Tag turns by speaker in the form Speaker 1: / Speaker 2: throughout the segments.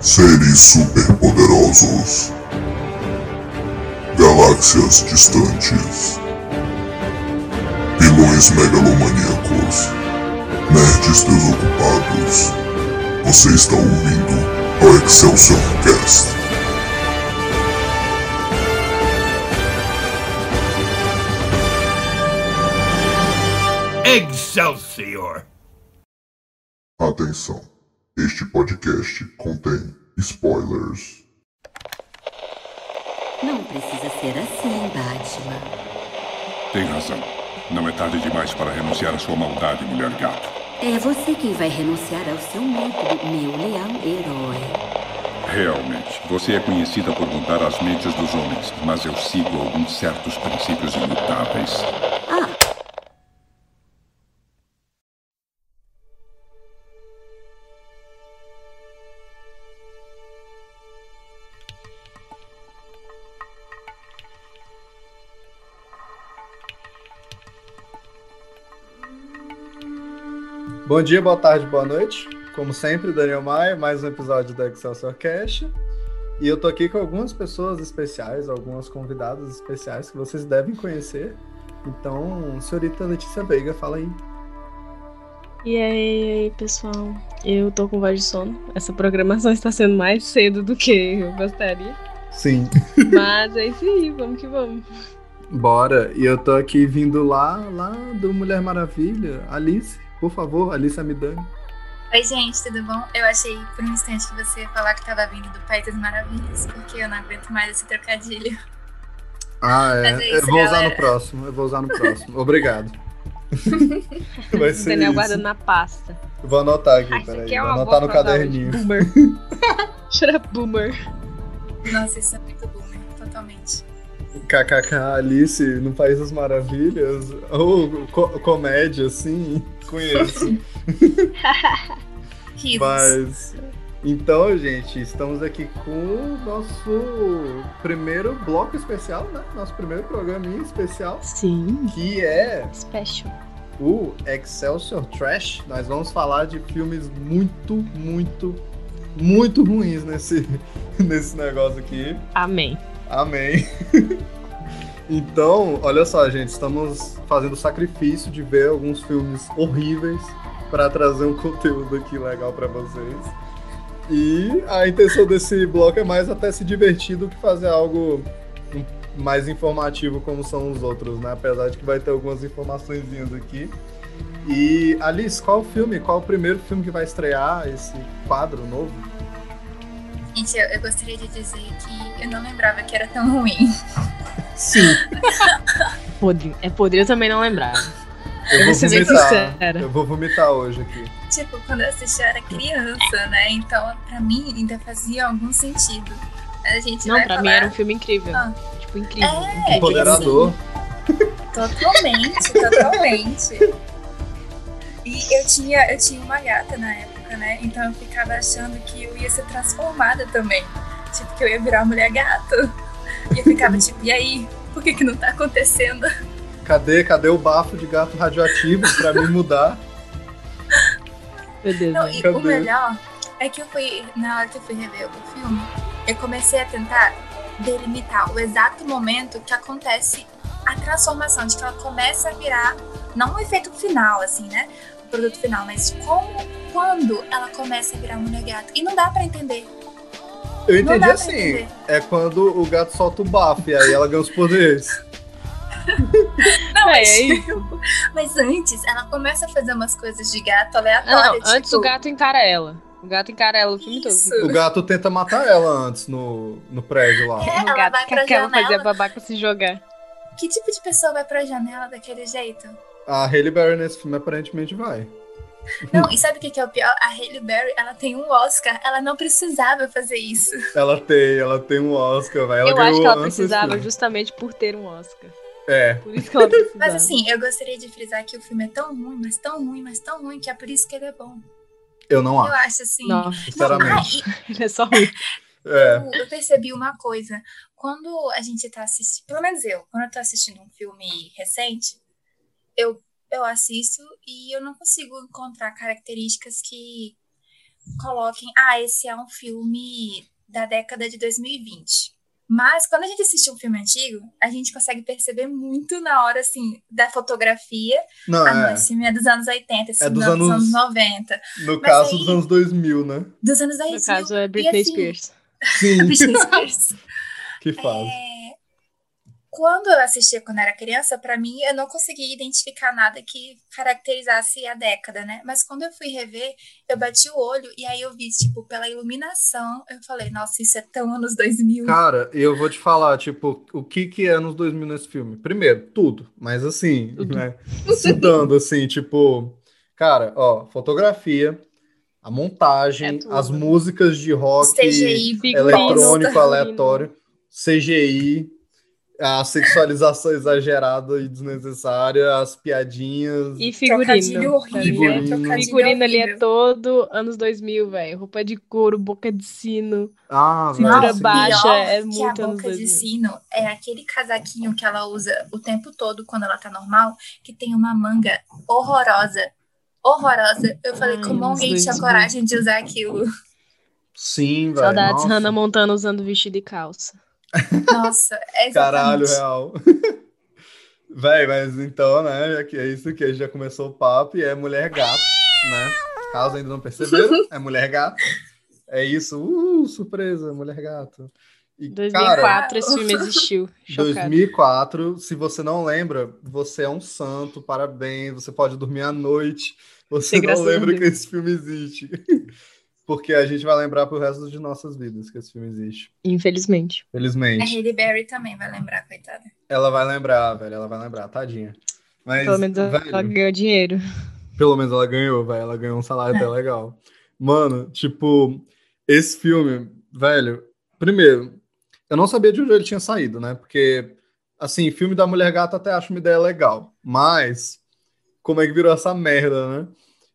Speaker 1: Seres superpoderosos. Galáxias distantes. Vilões megalomaníacos. Nerds desocupados. Você está ouvindo o Excelsior Cast.
Speaker 2: Excelsior!
Speaker 1: Atenção! Este podcast contém spoilers.
Speaker 3: Não precisa ser assim, Batman.
Speaker 4: Tem razão. Não é tarde demais para renunciar à sua maldade, mulher gato.
Speaker 3: É você quem vai renunciar ao seu método, meu leal herói.
Speaker 4: Realmente, você é conhecida por mudar as mentes dos homens, mas eu sigo alguns certos princípios imutáveis.
Speaker 3: Ah,
Speaker 5: Bom dia, boa tarde, boa noite. Como sempre, Daniel Maia, mais um episódio da Excelsior Cash. E eu tô aqui com algumas pessoas especiais, algumas convidadas especiais que vocês devem conhecer. Então, senhorita Letícia Veiga, fala aí.
Speaker 6: E aí, e aí, pessoal? Eu tô com voz de sono. Essa programação está sendo mais cedo do que eu gostaria.
Speaker 5: Sim.
Speaker 6: Mas é isso aí, vamos que vamos.
Speaker 5: Bora. E eu tô aqui vindo lá, lá do Mulher Maravilha. Alice, por favor, Alice Amidani.
Speaker 7: Oi, gente, tudo bom? Eu achei por um instante que você ia falar que tava vindo do País das Maravilhas, porque eu não aguento mais esse trocadilho.
Speaker 5: Ah, é.
Speaker 7: Mas é isso,
Speaker 5: eu vou usar no
Speaker 7: galera.
Speaker 5: próximo, eu vou usar no próximo. Obrigado. Vai ser
Speaker 6: Daniel
Speaker 5: isso.
Speaker 6: guardando na pasta.
Speaker 5: Vou anotar aqui,
Speaker 6: Ah, isso
Speaker 5: peraí.
Speaker 6: aqui é
Speaker 5: Vou
Speaker 6: uma
Speaker 5: anotar no
Speaker 6: boa pra dar um
Speaker 5: caderninho.
Speaker 6: Boomer. Tira boomer.
Speaker 7: Nossa, isso é muito boomer, totalmente.
Speaker 5: KKK Alice no País das Maravilhas, ou co- comédia, assim, conheço.
Speaker 7: Risos.
Speaker 5: Mas. Então, gente, estamos aqui com o nosso primeiro bloco especial, né? Nosso primeiro programinha especial,
Speaker 6: Sim.
Speaker 5: que é
Speaker 6: Special.
Speaker 5: o Excelsior Trash. Nós vamos falar de filmes muito, muito, muito ruins nesse, nesse negócio aqui.
Speaker 6: Amém.
Speaker 5: Amém. então, olha só, gente, estamos fazendo o sacrifício de ver alguns filmes horríveis para trazer um conteúdo aqui legal para vocês. E a intenção desse bloco é mais até se divertir do que fazer algo mais informativo como são os outros, né? Apesar de que vai ter algumas informaçõezinhas aqui. E Alice, qual o filme, qual o primeiro filme que vai estrear esse quadro novo?
Speaker 7: Gente, eu, eu gostaria de dizer que eu não lembrava que era tão ruim.
Speaker 5: Sim,
Speaker 6: Podre. É podre, eu também não lembrava.
Speaker 5: eu
Speaker 6: Eu
Speaker 5: vou
Speaker 6: vou ser bem
Speaker 5: vomitar.
Speaker 6: sincera.
Speaker 5: Eu vou vomitar hoje aqui.
Speaker 7: Tipo, quando eu assisti eu era criança, né? Então, pra mim, ainda fazia algum sentido. A gente
Speaker 6: Não,
Speaker 7: vai
Speaker 6: pra
Speaker 7: falar
Speaker 6: mim era um filme incrível.
Speaker 7: Ah.
Speaker 6: Tipo, incrível.
Speaker 7: É,
Speaker 5: Empoderador.
Speaker 7: Totalmente, totalmente. E eu tinha, eu tinha uma gata na época, né? Então eu ficava achando que eu ia ser transformada também. Tipo, que eu ia virar uma mulher gato. E eu ficava tipo, e aí? Por que que não tá acontecendo?
Speaker 5: Cadê, cadê o bafo de gato radioativo pra me mudar?
Speaker 6: Meu Deus.
Speaker 7: Não,
Speaker 6: né?
Speaker 7: e
Speaker 5: Cadê?
Speaker 7: o melhor é que eu fui, na hora que eu fui rever o filme, eu comecei a tentar delimitar o exato momento que acontece a transformação, de que ela começa a virar, não um efeito final, assim, né? O produto final, mas como, quando ela começa a virar um mulher gato. E não dá pra entender.
Speaker 5: Eu
Speaker 7: não
Speaker 5: entendi
Speaker 7: dá pra
Speaker 5: assim.
Speaker 7: entender.
Speaker 5: É quando o gato solta o bafo e aí ela ganha os poderes.
Speaker 7: Não,
Speaker 6: É,
Speaker 7: mas,
Speaker 6: é
Speaker 7: mas antes, ela começa a fazer umas coisas de gato aleatórias.
Speaker 6: Ah, não, antes
Speaker 7: tipo,
Speaker 6: o gato encara ela. O gato encara ela o filme todo.
Speaker 7: Isso.
Speaker 5: O gato tenta matar ela antes no, no prédio lá.
Speaker 6: O
Speaker 7: É, ela
Speaker 6: gato
Speaker 7: vai
Speaker 6: que
Speaker 7: pra
Speaker 6: aquela fazer a
Speaker 7: janela.
Speaker 6: babaca se jogar.
Speaker 7: Que tipo de pessoa vai pra janela daquele jeito?
Speaker 5: A Haley Berry nesse filme aparentemente vai.
Speaker 7: Não, e sabe o que que é o pior? A Halle Berry, ela tem um Oscar, ela não precisava fazer isso.
Speaker 5: Ela tem, ela tem um Oscar, vai. Ela
Speaker 6: eu
Speaker 5: ganhou
Speaker 6: acho que ela
Speaker 5: antes desse
Speaker 6: precisava
Speaker 5: filme.
Speaker 6: justamente por ter um Oscar.
Speaker 5: É.
Speaker 6: Por isso que ela precisava.
Speaker 7: Mas assim, eu gostaria de frisar que o filme é tão ruim, mas tão ruim, mas tão ruim, que é por isso que ele é bom.
Speaker 5: Eu não
Speaker 7: Eu
Speaker 5: acho,
Speaker 7: acho assim.
Speaker 6: Não,
Speaker 5: sinceramente.
Speaker 7: ah,
Speaker 6: ele é só ruim.
Speaker 5: É.
Speaker 7: e eu, eu percebi uma coisa. Quando a gente tá assistindo, pelo menos eu, quando eu tô assistindo um filme recente, eu, eu assisto e eu não consigo encontrar características que coloquem, ah, esse é um filme da década de 2020. Mas quando a gente assiste um filme antigo, a gente consegue perceber muito na hora, assim, da fotografia.
Speaker 5: Não,
Speaker 7: ah, não,
Speaker 5: é.
Speaker 7: esse filme é dos anos 80, esse
Speaker 5: É
Speaker 7: filme
Speaker 5: dos
Speaker 7: é
Speaker 5: anos-
Speaker 7: dos anos 90.
Speaker 5: No
Speaker 7: Mas
Speaker 5: caso
Speaker 7: aí-
Speaker 5: dos anos 2000, né?
Speaker 7: Dos anos
Speaker 6: No
Speaker 7: 2000.
Speaker 6: caso é
Speaker 7: e,
Speaker 6: Britney
Speaker 7: assim,
Speaker 6: Spears.
Speaker 5: Sim,
Speaker 7: Britney Spears.
Speaker 5: que fase.
Speaker 7: É, Quando eu assistia quando era criança, pra mim eu não conseguia identificar nada que caracterizasse a década, né? Mas quando eu fui rever, eu bati o olho e aí eu vi, tipo, pela iluminação, eu falei, nossa, isso é tão anos
Speaker 6: Uhum.
Speaker 7: 2000.
Speaker 5: Cara, eu vou te falar, tipo, o que que é anos 2000 nesse filme? Primeiro, tudo, mas assim,
Speaker 6: Tudo.
Speaker 5: né, estudando, assim, tipo, cara, ó, fotografia, a montagem,
Speaker 6: É tudo.
Speaker 5: as músicas de
Speaker 7: Os
Speaker 5: rock
Speaker 7: TGI,
Speaker 5: eletrônico,
Speaker 6: Figurino.
Speaker 5: aleatório, CGI, a sexualização exagerada e desnecessária, as piadinhas,
Speaker 6: E
Speaker 7: trocadilho
Speaker 6: figurino.
Speaker 7: horrível, né?
Speaker 5: Figurino.
Speaker 7: trocadilho
Speaker 6: Figurino ali é
Speaker 7: horrível.
Speaker 6: todo anos 2000, velho. Roupa de couro, boca de sino.
Speaker 5: ah,
Speaker 6: Cintura
Speaker 5: velho, sim.
Speaker 6: baixa.
Speaker 7: Pior
Speaker 6: é
Speaker 7: que
Speaker 6: muito
Speaker 7: a
Speaker 6: anos
Speaker 7: boca de
Speaker 6: 2000.
Speaker 7: sino é aquele casaquinho que ela usa o tempo todo quando ela tá normal, que tem uma manga horrorosa. Horrorosa. Eu falei,
Speaker 6: Ai,
Speaker 7: como
Speaker 6: anos
Speaker 7: alguém tinha
Speaker 6: 2000.
Speaker 7: coragem de usar aquilo?
Speaker 5: Sim, velho,
Speaker 6: Saudades
Speaker 5: nossa,
Speaker 6: Hannah Montana usando vestido e calça.
Speaker 7: Nossa, é
Speaker 5: Caralho,
Speaker 7: exatamente.
Speaker 5: real. Véi, mas então, né, já que é isso que já começou o papo e é mulher gato, né? Caso ainda não perceberam, é mulher gato. É isso, uh, surpresa, mulher gato. E, cara,
Speaker 6: 2004 esse filme existiu. Chocado.
Speaker 5: 2004, se você não lembra, você é um santo, parabéns, você pode dormir à noite, você
Speaker 6: Sim,
Speaker 5: não
Speaker 6: graças a
Speaker 5: lembra
Speaker 6: Deus.
Speaker 5: que esse filme existe. Porque a gente vai lembrar pro resto de nossas vidas que esse filme existe,
Speaker 6: Infelizmente.
Speaker 7: A
Speaker 5: felizmente.
Speaker 7: Halle Berry também vai lembrar, coitada.
Speaker 5: Ela vai lembrar, velho. Ela vai lembrar, tadinha. Mas,
Speaker 6: Pelo menos
Speaker 5: velho,
Speaker 6: ela ganhou dinheiro.
Speaker 5: pelo menos ela ganhou, velho. Ela ganhou um salário até legal. Mano, tipo, esse filme, velho, primeiro, eu não sabia de onde ele tinha saído, né? Porque, assim, filme da Mulher Gata até acho uma ideia legal. Mas, como é que virou essa merda, né?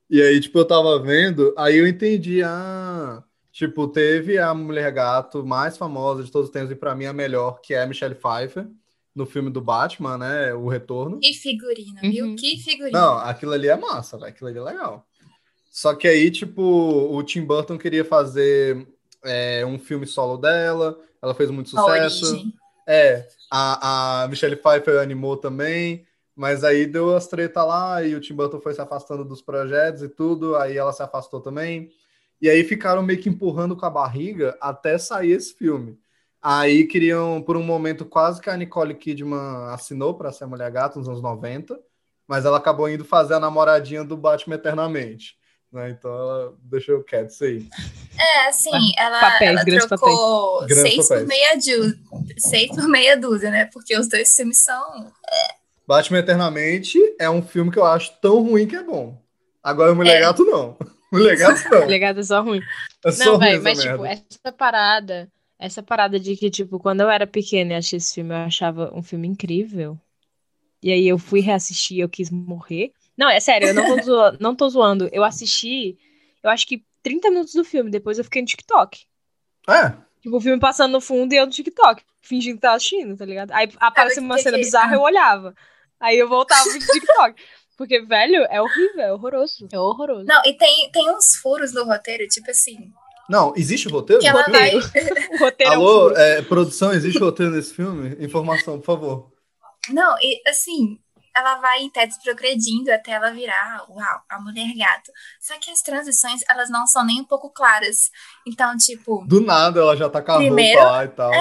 Speaker 5: E aí, tipo, eu tava vendo, aí eu entendi, ah, tipo, teve a Mulher Gato mais famosa de todos os tempos e pra mim a melhor, que é a Michelle Pfeiffer, no filme do Batman, né? O Retorno.
Speaker 7: E figurino, viu?
Speaker 6: Uhum.
Speaker 7: Que figurino.
Speaker 5: Não, aquilo ali é massa, velho. Aquilo ali é legal. Só que aí, tipo, o Tim Burton queria fazer é, um filme solo dela. Ela fez muito
Speaker 7: a
Speaker 5: sucesso.
Speaker 7: origem.
Speaker 5: É, a, a Michelle Pfeiffer animou também. Mas aí deu as treta lá e o Tim Burton foi se afastando dos projetos e tudo. Aí ela se afastou também. E aí ficaram meio que empurrando com a barriga até sair esse filme. Aí queriam, por um momento, quase que a Nicole Kidman assinou para ser a Mulher Gata nos anos 90, mas ela acabou indo fazer a namoradinha do Batman eternamente. né? Então ela deixou quieto isso aí.
Speaker 7: É, assim, ela,
Speaker 6: Ah, papéis,
Speaker 7: ela
Speaker 6: grandes
Speaker 7: trocou
Speaker 5: papéis. Grandes
Speaker 7: seis, por
Speaker 5: papéis.
Speaker 7: meia dúzia, seis por meia dúzia, né? Porque os dois filmes são.
Speaker 5: Batman Eternamente é um filme que eu acho tão ruim que é bom. Agora Mulher
Speaker 7: É.
Speaker 5: Gato não. Mulher Gato não.
Speaker 6: Legado é só ruim.
Speaker 5: É só
Speaker 6: Não,
Speaker 5: ruim
Speaker 6: velho,
Speaker 5: essa
Speaker 6: mas
Speaker 5: merda.
Speaker 6: tipo, essa parada, essa parada de que, tipo, quando eu era pequena e achei esse filme, eu achava um filme incrível. E aí eu fui reassistir, eu quis morrer. Não, é sério, eu não tô, zoa- não tô zoando. Eu assisti, eu acho que 30 minutos do filme, depois eu fiquei no TikTok.
Speaker 5: É,
Speaker 6: Tipo, o filme passando no fundo e eu no TikTok, fingindo que tava assistindo, tá ligado? Aí apareceu uma
Speaker 7: que-
Speaker 6: cena
Speaker 7: que-
Speaker 6: bizarra, eu olhava. Aí eu voltava pro TikTok. Porque, velho, é horrível, é horroroso. É horroroso.
Speaker 7: Não, e tem, tem uns furos no roteiro, tipo assim.
Speaker 5: não, existe roteiro?
Speaker 7: Que ela
Speaker 5: Roteiro?
Speaker 7: vai.
Speaker 6: O roteiro é um
Speaker 5: Alô,
Speaker 6: furo.
Speaker 5: é, produção, existe roteiro nesse filme? Informação, por favor.
Speaker 7: Não, e assim, ela vai em tetos progredindo até ela virar, uau, a mulher gato. Só que as transições, elas não são nem um pouco claras. Então, tipo,
Speaker 5: Do nada ela já tá com a
Speaker 7: Primeiro,
Speaker 5: roupa lá e tal.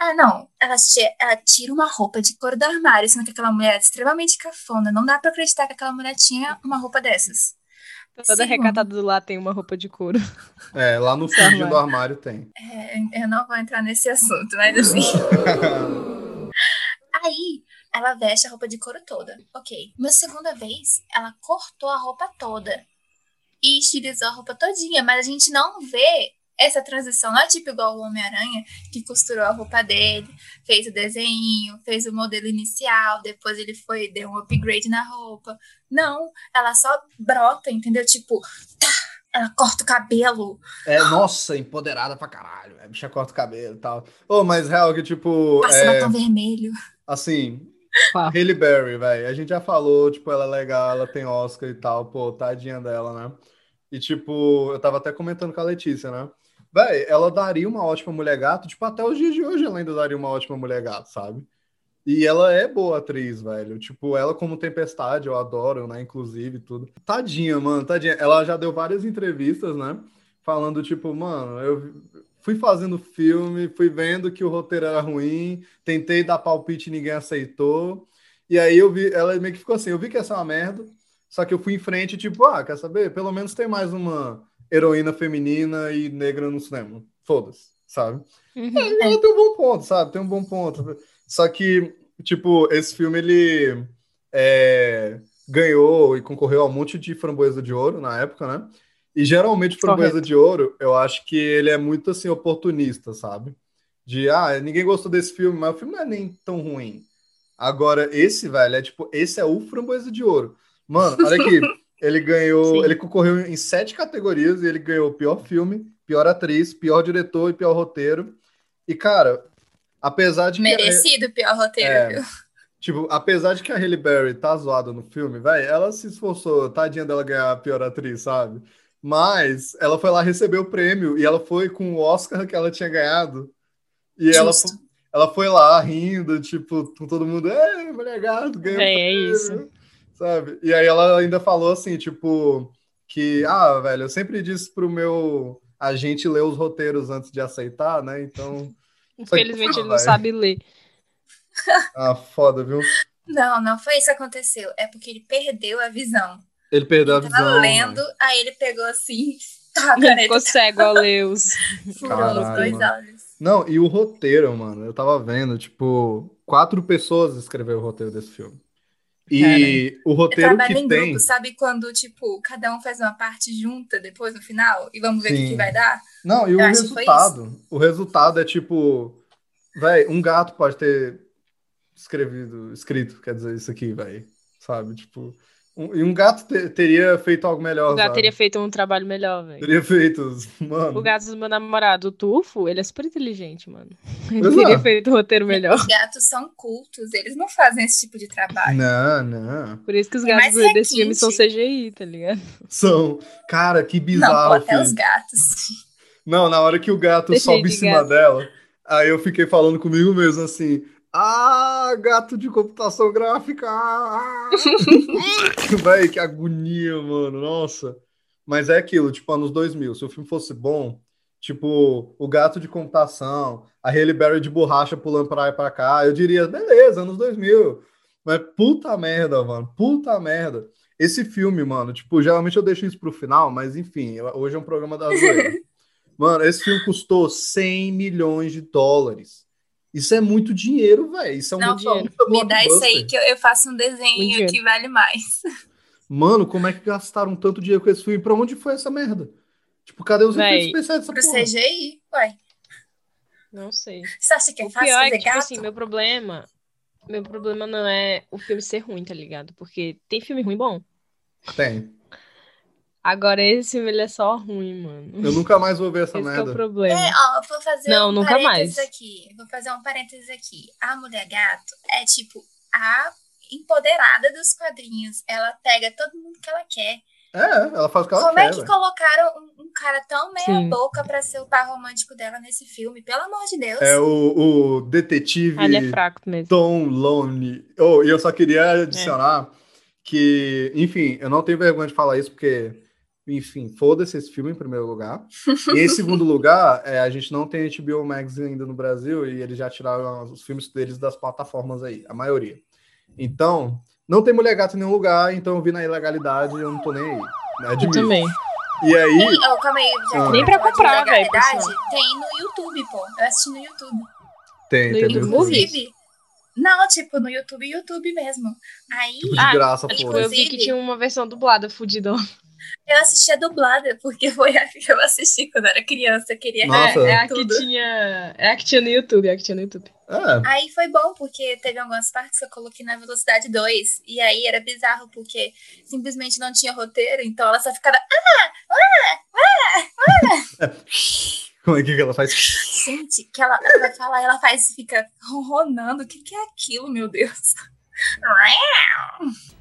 Speaker 7: ah, não, ela, che- ela tira uma roupa de couro do armário, sendo que aquela mulher é extremamente cafona. Não dá pra acreditar que aquela mulher tinha uma roupa dessas.
Speaker 6: Toda
Speaker 7: Sim,
Speaker 6: recatada lá tem uma roupa de couro.
Speaker 5: É, lá no fundo do armário tem.
Speaker 7: É, eu não vou entrar nesse assunto, mas assim. Aí, ela veste a roupa de couro toda. Ok. Na segunda vez, ela cortou a roupa toda. E estilizou a roupa todinha. Mas a gente não vê essa transição. Não é tipo igual o Homem-Aranha, que costurou a roupa dele, fez o desenho, fez o modelo inicial, depois ele foi, deu um upgrade na roupa. Não, ela só brota, entendeu? Tipo, tá, ela corta o cabelo,
Speaker 5: É, nossa, empoderada pra caralho. A bicha corta o cabelo e tal. Ô, mas real que, tipo,
Speaker 7: passa
Speaker 5: é,
Speaker 7: batom vermelho.
Speaker 5: assim,
Speaker 6: Pá.
Speaker 5: Halle Berry, velho. A gente já falou, tipo, ela é legal, ela tem Oscar e tal. Pô, tadinha dela, né? E, tipo, eu tava até comentando com a Letícia, né? Véi, ela daria uma ótima mulher gato, tipo, até os dias de hoje ela ainda daria uma ótima mulher gato, sabe? E ela é boa atriz, velho. Tipo, ela como Tempestade, eu adoro, né? Inclusive, e tudo. Tadinha, mano, tadinha. Ela já deu várias entrevistas, né? Falando, tipo, mano, eu fui fazendo filme, fui vendo que o roteiro era ruim, tentei dar palpite e ninguém aceitou. E aí eu vi, ela meio que ficou assim, eu vi que essa é uma merda, só que eu fui em frente, tipo, ah, quer saber? Pelo menos tem mais uma heroína feminina e negra no cinema. Foda-se, sabe?
Speaker 7: Uhum.
Speaker 5: É, ela tem um bom ponto, sabe? Tem um bom ponto. Só que, tipo, esse filme, ele é, ganhou e concorreu a um monte de framboesa de ouro na época, né? E geralmente framboesa
Speaker 6: Correto.
Speaker 5: de ouro, eu acho que ele é muito, assim, oportunista, sabe? De, ah, ninguém gostou desse filme, mas o filme não é nem tão ruim. Agora, esse, velho, é tipo, esse é o framboesa de ouro. Mano, olha aqui. Ele ganhou,
Speaker 6: Sim.
Speaker 5: ele concorreu em sete categorias e ele ganhou pior filme, pior atriz, pior diretor e pior roteiro. E, cara, apesar de que.
Speaker 7: Merecido o pior roteiro,
Speaker 5: É.
Speaker 7: viu?
Speaker 5: Tipo, apesar de que a Halle Berry tá zoada no filme, velho, ela se esforçou, tadinha dela ganhar a pior atriz, sabe? Mas ela foi lá receber o prêmio e ela foi com o Oscar que ela tinha ganhado. E ela,
Speaker 7: Justo.
Speaker 5: fo- ela foi lá rindo, tipo, com todo mundo, é, mulher gato, ganhou o
Speaker 6: Véi, é
Speaker 5: prêmio",
Speaker 6: isso.
Speaker 5: Sabe? E aí ela ainda falou assim, tipo, que, ah, velho, eu sempre disse pro meu agente ler os roteiros antes de aceitar, né? Então,
Speaker 6: Infelizmente ele não
Speaker 5: Vai.
Speaker 6: sabe ler.
Speaker 5: ah, foda, viu?
Speaker 7: Não, não foi isso que aconteceu. É porque ele perdeu a visão.
Speaker 5: Ele perdeu a
Speaker 7: Tava
Speaker 5: visão.
Speaker 7: lendo, aí ele pegou assim, tá, a
Speaker 6: Ele
Speaker 7: caneta,
Speaker 6: ficou assim. cego ao ler os.
Speaker 7: furou os
Speaker 5: Caralho,
Speaker 7: dois
Speaker 5: mano.
Speaker 7: olhos.
Speaker 5: Não, e o roteiro, mano, eu tava vendo, tipo, quatro pessoas escreveram o roteiro desse filme. E
Speaker 6: Caralho.
Speaker 5: o
Speaker 7: Eu
Speaker 5: roteiro
Speaker 7: trabalho
Speaker 5: que
Speaker 7: em
Speaker 5: tem.
Speaker 7: grupo, sabe quando, tipo, cada um faz uma parte junta depois no final e vamos ver o que
Speaker 5: Sim.
Speaker 7: que vai dar?
Speaker 5: Não, e o
Speaker 7: Eu acho que foi
Speaker 5: resultado. O resultado é tipo. Véi, um gato pode ter escrevido, escrito, quer dizer, isso aqui, véi. Sabe? Tipo. um- e um gato te- teria feito algo melhor,
Speaker 6: O gato
Speaker 5: sabe?
Speaker 6: teria feito um trabalho melhor, velho.
Speaker 5: Teria feito, mano.
Speaker 6: O gato do meu namorado, o Tufo, ele é super inteligente, mano. Ele
Speaker 5: Pois
Speaker 6: teria
Speaker 5: é.
Speaker 6: feito o roteiro melhor.
Speaker 7: Os gatos são cultos, eles não fazem esse tipo de trabalho.
Speaker 5: Não, não.
Speaker 6: Por isso que os
Speaker 7: É mais
Speaker 6: gatos do- desse filme
Speaker 7: requinte.
Speaker 6: são CGI, tá ligado?
Speaker 5: São. Cara, que
Speaker 7: Não, pô, é
Speaker 5: bizarro,
Speaker 7: até os
Speaker 5: filho.
Speaker 7: gatos.
Speaker 5: Não, na hora que o gato
Speaker 6: Deixa
Speaker 5: sobe
Speaker 6: ele
Speaker 5: em
Speaker 6: de
Speaker 5: cima
Speaker 6: gato.
Speaker 5: dela, aí eu fiquei falando comigo mesmo assim: Ah, gato de computação gráfica! ah." Véi, que agonia, mano, nossa. Mas é aquilo, tipo, anos 2000, se o filme fosse bom, tipo, o gato de computação, a Halle Berry de borracha pulando pra lá e pra cá, eu diria, beleza, anos 2000. Mas puta merda, mano, puta merda. Esse filme, mano, tipo, geralmente eu deixo isso pro final, mas enfim, eu- hoje é um programa da zoeira. Mano, esse filme custou 100 milhões de dólares. Isso é muito dinheiro, velho. Isso é um
Speaker 7: Não,
Speaker 5: puta
Speaker 6: pô,
Speaker 7: Me dá isso
Speaker 5: blockbuster.
Speaker 7: aí que eu, eu faço um
Speaker 6: Muito
Speaker 7: desenho
Speaker 6: dinheiro.
Speaker 7: que vale mais.
Speaker 5: Mano, como é que gastaram tanto dinheiro com esse filme? Pra onde foi essa merda? Tipo, cadê os
Speaker 6: Véi.
Speaker 5: efeitos especiais dessa
Speaker 7: Pro
Speaker 5: porra?
Speaker 7: CGI, uai.
Speaker 6: Não sei.
Speaker 7: Você acha que é
Speaker 6: O
Speaker 7: fácil
Speaker 6: pior é
Speaker 7: fazer
Speaker 6: que, tipo
Speaker 7: gato?
Speaker 6: assim, meu problema. Meu problema não é o filme ser ruim, tá ligado? Porque tem filme ruim bom.
Speaker 5: Tem.
Speaker 6: Agora esse filme ele é só ruim, mano.
Speaker 5: Eu nunca mais vou ver essa
Speaker 6: Esse que é o
Speaker 5: merda.
Speaker 6: problema.
Speaker 7: É, ó, vou fazer
Speaker 6: Não,
Speaker 7: um
Speaker 6: nunca
Speaker 7: parênteses
Speaker 6: mais.
Speaker 7: aqui. Vou fazer um parênteses aqui. A mulher gato é tipo a empoderada dos quadrinhos. Ela pega todo mundo que ela quer.
Speaker 5: É, ela faz o que ela
Speaker 7: Como
Speaker 5: quer,
Speaker 7: é que
Speaker 5: véi.
Speaker 7: colocaram um, um cara tão meia
Speaker 6: Sim.
Speaker 7: boca pra ser o par romântico dela nesse filme? Pelo amor de Deus.
Speaker 5: É o, o detetive
Speaker 6: Ah, Ele é fraco mesmo.
Speaker 5: Tom Lonely. Oh, e eu só queria adicionar que, enfim, eu não tenho vergonha de falar isso, porque, enfim, foda-se esse filme em primeiro lugar. E em segundo lugar, é, a gente não tem HBO Max ainda no Brasil e eles já tiraram os filmes deles das plataformas aí, a maioria. Então, não tem mulher gata em nenhum lugar, então eu vi na ilegalidade e eu não tô nem aí.
Speaker 6: Eu
Speaker 5: Admito.
Speaker 6: também.
Speaker 5: E aí,
Speaker 7: Tem, ó, calma aí, já que
Speaker 5: Nem
Speaker 7: eu
Speaker 6: Ah. pra
Speaker 7: tava de
Speaker 6: comprar, véi, por
Speaker 7: legalidade,
Speaker 6: sinal.
Speaker 7: Tem no YouTube, pô. Eu assisti no YouTube.
Speaker 5: tem,
Speaker 6: No
Speaker 5: tem
Speaker 6: YouTube.
Speaker 5: Deus que-
Speaker 7: Inclusive, não, tipo, no YouTube, YouTube mesmo. Aí
Speaker 5: Tipo de
Speaker 6: Ah,
Speaker 5: graça,
Speaker 6: Tipo,
Speaker 5: foda-se.
Speaker 6: eu vi que tinha uma versão dublada, fudidão.
Speaker 7: eu assisti a dublada, porque foi a que eu assisti quando era criança. Eu queria
Speaker 5: Nossa.
Speaker 7: rever
Speaker 6: É, é a que
Speaker 7: tudo.
Speaker 6: tinha. É a que tinha no YouTube, é a que tinha no YouTube.
Speaker 5: É,
Speaker 7: Aí foi bom, porque teve algumas partes que eu coloquei na velocidade 2. E aí era bizarro, porque simplesmente não tinha roteiro, então ela só ficava.
Speaker 5: como é que ela faz?
Speaker 7: Gente, que ela, ela fala, ela faz, fica ronronando. O que, que é aquilo, meu Deus?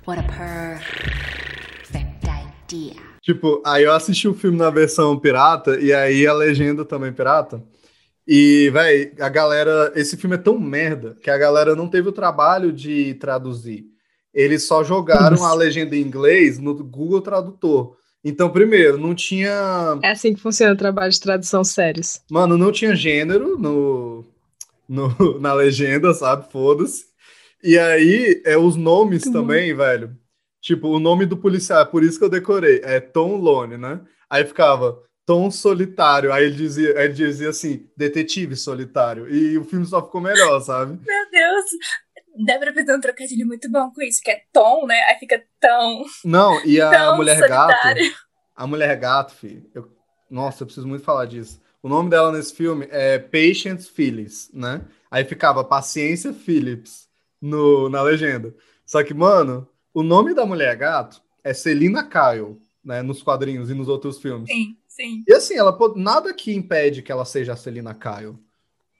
Speaker 3: What a perfect day. dia.
Speaker 5: Tipo, aí eu assisti o filme na versão pirata e aí a legenda também pirata. E, véi, a galera. Esse filme é tão merda que a galera não teve o trabalho de traduzir. Eles só jogaram a legenda em inglês no Google Tradutor. Então, primeiro, não tinha.
Speaker 6: É assim que funciona o trabalho de tradução séries.
Speaker 5: Mano, não tinha gênero no, no- na legenda, sabe? Foda-se. E aí, é os nomes
Speaker 6: Muito bom.
Speaker 5: também, velho. Tipo, o nome do policial, é por isso que eu decorei, é Tom Lone, né? Aí ficava Tom Solitário, aí ele dizia, aí ele dizia assim, Detetive Solitário. E o filme só ficou melhor, sabe?
Speaker 7: Meu Deus. Dá pra fazer um trocadilho muito bom com isso, que é tom, né? Aí fica tão.
Speaker 5: Não, e a
Speaker 7: Tom
Speaker 5: mulher
Speaker 7: Solitário.
Speaker 5: gato. A mulher gato, filho. eu- nossa, eu preciso muito falar disso. O nome dela nesse filme é Patience Phillips, né? Aí ficava Paciência Phillips no, na legenda. Só que, mano, o nome da mulher gato é Celina Kyle, né? Nos quadrinhos e nos outros filmes.
Speaker 7: Sim, sim.
Speaker 5: E assim, ela pô- nada que impede que ela seja a Celina Kyle.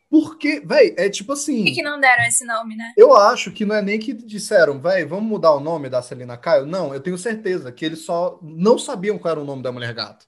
Speaker 5: Porque, véi, é tipo assim.
Speaker 7: Por que, que não deram esse nome, né?
Speaker 5: Eu acho que não é nem que disseram, véi, vamos mudar o nome da Celina Caio. Não, eu tenho certeza que eles só não sabiam qual era o nome da mulher gato.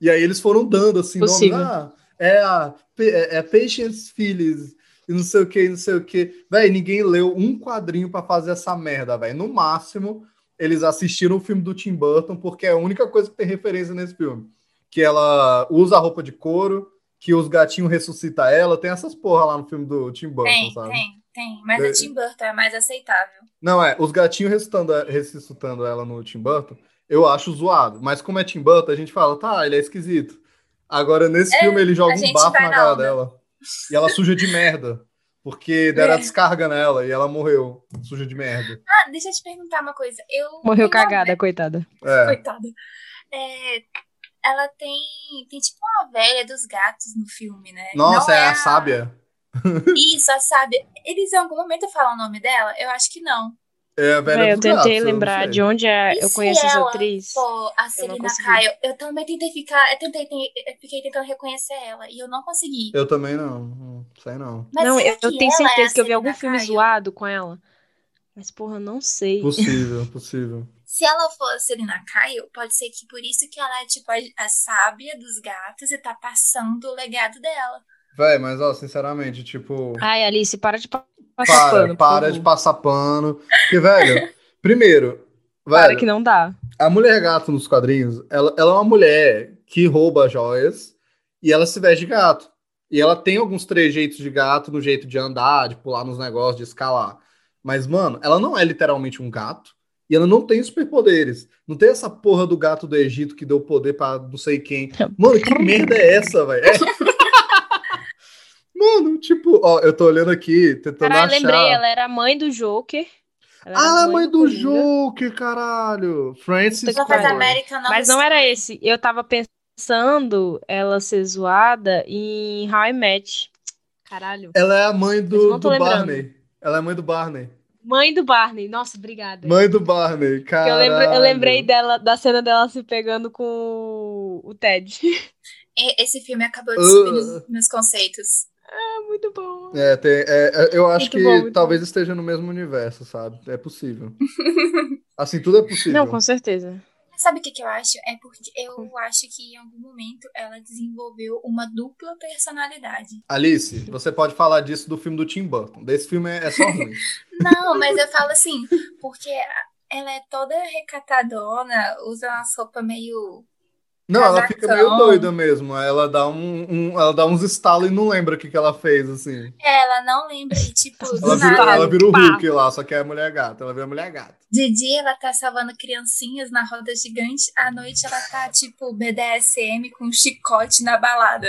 Speaker 5: E aí eles foram dando assim, nome,
Speaker 6: Possível.
Speaker 5: ah, é a P- é, é Patience Phillies, e não sei o que, não sei o que. Véi, ninguém leu um quadrinho pra fazer essa merda, véi. No máximo, eles assistiram o filme do Tim Burton, porque é a única coisa que tem referência nesse filme. Que ela usa a roupa de couro, que os gatinhos ressuscitam ela, tem essas porra lá no filme do Tim Burton,
Speaker 7: Tem,
Speaker 5: sabe?
Speaker 7: tem, tem. Mas
Speaker 5: É.
Speaker 7: o Tim Burton é mais aceitável.
Speaker 5: Não, é, os gatinhos ressuscitando, ressuscitando ela no Tim Burton, eu acho zoado. Mas como é Tim Burton, a gente fala, tá, ele é esquisito. Agora, nesse
Speaker 7: É,
Speaker 5: filme, ele joga
Speaker 7: a
Speaker 5: um
Speaker 7: gente
Speaker 5: bafo
Speaker 7: vai
Speaker 5: na
Speaker 7: na
Speaker 5: cara
Speaker 7: onda.
Speaker 5: dela. E ela suja de merda. Porque deram a
Speaker 7: É.
Speaker 5: descarga nela e ela morreu. Suja de merda.
Speaker 7: Ah, deixa eu te perguntar uma coisa. Eu
Speaker 6: Morreu
Speaker 7: tenho
Speaker 6: cagada, coitada.
Speaker 5: É.
Speaker 7: Coitada. É, ela tem, tem tipo uma velha dos gatos no filme, né?
Speaker 5: Nossa,
Speaker 7: Não
Speaker 5: é a sábia.
Speaker 7: Isso, a sábia. Eles em algum momento falam o nome dela? Eu acho que não.
Speaker 5: É a velha
Speaker 6: Véi, eu
Speaker 5: dos gatos,
Speaker 6: tentei
Speaker 5: não
Speaker 6: lembrar
Speaker 5: sei.
Speaker 6: de onde é,
Speaker 7: E
Speaker 6: eu
Speaker 7: se
Speaker 6: conheço essa
Speaker 7: ela
Speaker 6: atriz.
Speaker 7: Pô, a Celina
Speaker 6: consegui.
Speaker 7: Kyle. Eu também tentei ficar. Eu tentei, tem- eu fiquei tentando reconhecer ela e eu não consegui.
Speaker 5: Eu também não. Não sei não.
Speaker 7: Mas
Speaker 6: não,
Speaker 7: será
Speaker 6: eu, eu
Speaker 7: que
Speaker 6: tenho
Speaker 7: ela é a
Speaker 6: certeza que eu vi
Speaker 7: Celina
Speaker 6: algum filme
Speaker 7: Kyle?
Speaker 6: zoado com ela. Mas, porra, não sei.
Speaker 5: Possível, possível.
Speaker 7: Se ela for a Celina Kyle, pode ser que por isso que ela é tipo a, a sábia dos gatos e tá passando o legado dela.
Speaker 5: Véi, mas ó, sinceramente, tipo.
Speaker 6: Ai, Alice, para de pa- passar
Speaker 5: Para,
Speaker 6: Ah, pano. por
Speaker 5: para
Speaker 6: favor.
Speaker 5: de passar pano. Porque, velho, primeiro.
Speaker 6: Para
Speaker 5: velho,
Speaker 6: que não dá.
Speaker 5: A mulher gato nos quadrinhos, ela, ela é uma mulher que rouba joias e ela se veste de gato. E ela tem alguns trejeitos de gato no jeito de andar, de pular nos negócios, de escalar. Mas, mano, ela não é literalmente um gato e ela não tem superpoderes. Não tem essa porra do gato do Egito que deu poder pra não sei quem. Mano, que merda é essa, velho? É. Mano, tipo, ó, eu tô olhando aqui, tentando
Speaker 6: Caralho,
Speaker 5: achar.
Speaker 6: lembrei, ela era a mãe do Joker. Ela era
Speaker 5: Ah, mãe do
Speaker 6: Coringa.
Speaker 5: Joker, caralho. Francis
Speaker 6: Puta que
Speaker 7: Ela faz
Speaker 6: pariu.
Speaker 5: Ford.
Speaker 7: América
Speaker 6: Mas não era esse. Eu tava pensando ela ser zoada em How I Met. Caralho.
Speaker 5: Ela é a mãe
Speaker 6: Mas eu
Speaker 5: do,
Speaker 6: não
Speaker 5: do
Speaker 6: tô lembrando.
Speaker 5: Barney. Ela é mãe do Barney.
Speaker 6: Mãe do Barney. Nossa, obrigada.
Speaker 5: Mãe do Barney, cara.
Speaker 6: eu, lembro- eu lembrei dela, da cena dela se pegando com o- o Ted.
Speaker 7: E- Esse filme acabou de
Speaker 5: Ah.
Speaker 7: subir nos, nos conceitos.
Speaker 6: Muito bom.
Speaker 5: É, tem- é, é, eu acho
Speaker 6: Muito
Speaker 5: que
Speaker 6: bom, muito
Speaker 5: talvez esteja no mesmo universo, sabe? É possível. assim, tudo é possível.
Speaker 6: Não, com certeza.
Speaker 7: Sabe o que, que eu acho? É porque eu acho que em algum momento ela desenvolveu uma dupla personalidade.
Speaker 5: Alice, você pode falar disso do filme do Tim Burton. Desse filme é, é só ruim.
Speaker 7: Não, mas eu falo assim, porque a- ela é toda recatadona, usa umas roupas meio.
Speaker 5: Não, ela fica meio
Speaker 7: Casacão.
Speaker 5: doida mesmo. Ela dá, um, um- ela dá uns estalos e não lembra o que, que ela fez, assim.
Speaker 7: é, Ela não lembra, e tipo, do
Speaker 5: Ela vira,
Speaker 7: nada.
Speaker 5: ela vira o
Speaker 6: Pá.
Speaker 5: Hulk lá, só que é a mulher gata. Ela vira a mulher gata.
Speaker 7: De dia ela tá salvando criancinhas na roda gigante, à noite ela tá tipo BDSM com um chicote na balada.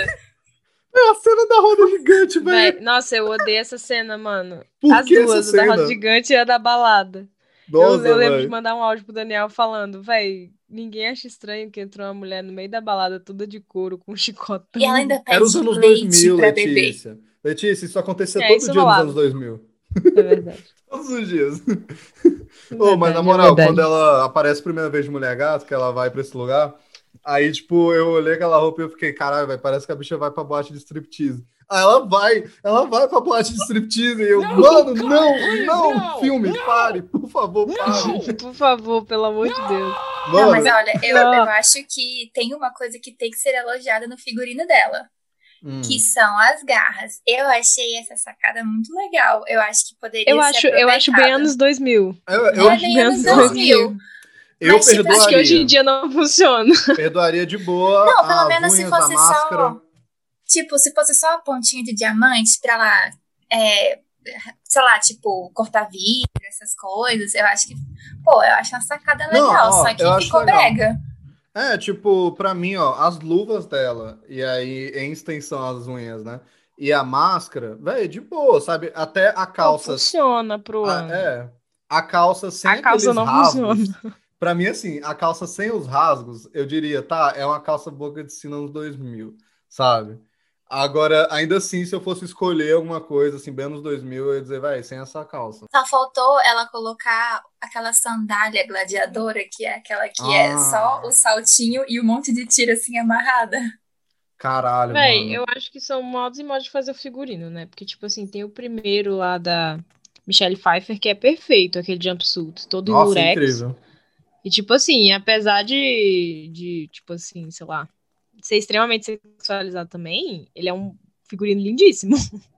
Speaker 5: É a cena da roda gigante, velho.
Speaker 6: Véi, nossa, eu odeio essa cena, mano.
Speaker 5: Por
Speaker 6: As
Speaker 5: que essa
Speaker 6: duas, o da
Speaker 5: cena?
Speaker 6: roda gigante e a da balada. Eu-
Speaker 5: Nossa,
Speaker 6: eu, lembro
Speaker 5: véi.
Speaker 6: de mandar um áudio pro Daniel falando, véi, ninguém acha estranho que entrou uma mulher no meio da balada toda de couro com um chicotão.
Speaker 7: E ela ainda pede
Speaker 5: Era os anos
Speaker 7: leite
Speaker 5: 2000,
Speaker 7: pra beber.
Speaker 5: Letícia. Letícia, isso acontecia
Speaker 6: É,
Speaker 5: todo
Speaker 6: isso
Speaker 5: dia nos
Speaker 6: rolava.
Speaker 5: anos 2000.
Speaker 6: É verdade.
Speaker 5: Todos os dias. Ô,
Speaker 6: Verdade,
Speaker 5: mas na
Speaker 6: é
Speaker 5: moral,
Speaker 6: verdade.
Speaker 5: quando ela aparece a primeira vez de mulher gato, que ela vai pra esse lugar, aí, tipo, eu olhei aquela roupa e eu fiquei, caralho, velho, parece que a bicha vai pra boate de striptease. Aí ela vai, ela vai pra boate de striptease. E eu, mano, não, não, filme, pare, por favor, pare.
Speaker 6: Por favor, pelo amor de Deus.
Speaker 7: Não,
Speaker 5: Mano,
Speaker 7: mas olha, eu,
Speaker 6: Não.
Speaker 7: eu acho que tem uma coisa que tem que ser elogiada no figurino dela,
Speaker 5: hum.
Speaker 7: que são as garras. Eu achei essa sacada muito legal. Eu acho que poderia
Speaker 6: Eu
Speaker 7: ser
Speaker 6: acho, eu acho bem
Speaker 7: aproveitada.
Speaker 6: anos 2000.
Speaker 5: hum, eu,
Speaker 6: Eu
Speaker 5: eu,
Speaker 7: É
Speaker 6: acho
Speaker 7: bem
Speaker 6: bem
Speaker 7: anos
Speaker 6: anos
Speaker 7: 2000.
Speaker 6: 2000.
Speaker 5: eu
Speaker 7: mas, tipo,
Speaker 5: perdoaria.
Speaker 6: Acho que hoje em dia não funciona.
Speaker 5: Perdoaria de boa.
Speaker 7: Não, pelo
Speaker 5: as
Speaker 7: menos se
Speaker 5: unhas, a
Speaker 7: fosse
Speaker 5: máscara.
Speaker 7: só. Tipo, se fosse só a pontinha de diamante pra lá. é, sei lá, tipo, cortar vidro, essas coisas. Eu acho que. Pô, eu acho uma sacada
Speaker 5: Não,
Speaker 7: legal.
Speaker 5: ó,
Speaker 7: só
Speaker 5: eu
Speaker 7: que
Speaker 5: acho
Speaker 7: ficou
Speaker 5: legal.
Speaker 7: brega.
Speaker 5: É, tipo, pra mim, ó, as luvas dela, e aí em extensão as unhas, né? E a máscara, velho, de boa, sabe? Até a calça.
Speaker 6: Não funciona pro
Speaker 5: a-
Speaker 6: ano.
Speaker 5: é. A calça sem
Speaker 6: A calça
Speaker 5: aqueles
Speaker 6: não
Speaker 5: rasgos. Pra mim, assim, a calça sem os rasgos, eu diria, tá, é uma calça boca de sino anos 2000, sabe? Agora, ainda assim, se eu fosse escolher alguma coisa, assim, bem anos 2000, eu ia dizer, vai, sem essa calça.
Speaker 7: Só faltou ela colocar aquela sandália gladiadora, que é aquela que é
Speaker 5: Ah.
Speaker 7: só o saltinho e um monte de tiro assim amarrada.
Speaker 5: Caralho,
Speaker 6: Véi,
Speaker 5: mano.
Speaker 6: eu acho que são modos e modos de fazer o figurino, né? Porque, tipo assim, tem o primeiro lá da Michelle Pfeiffer, que é perfeito, aquele jumpsuit, todo em
Speaker 5: Nossa, é
Speaker 6: lurex.
Speaker 5: incrível.
Speaker 6: E, tipo assim, apesar de, de, tipo assim, sei lá, ser extremamente sexualizado também, ele é um figurino lindíssimo.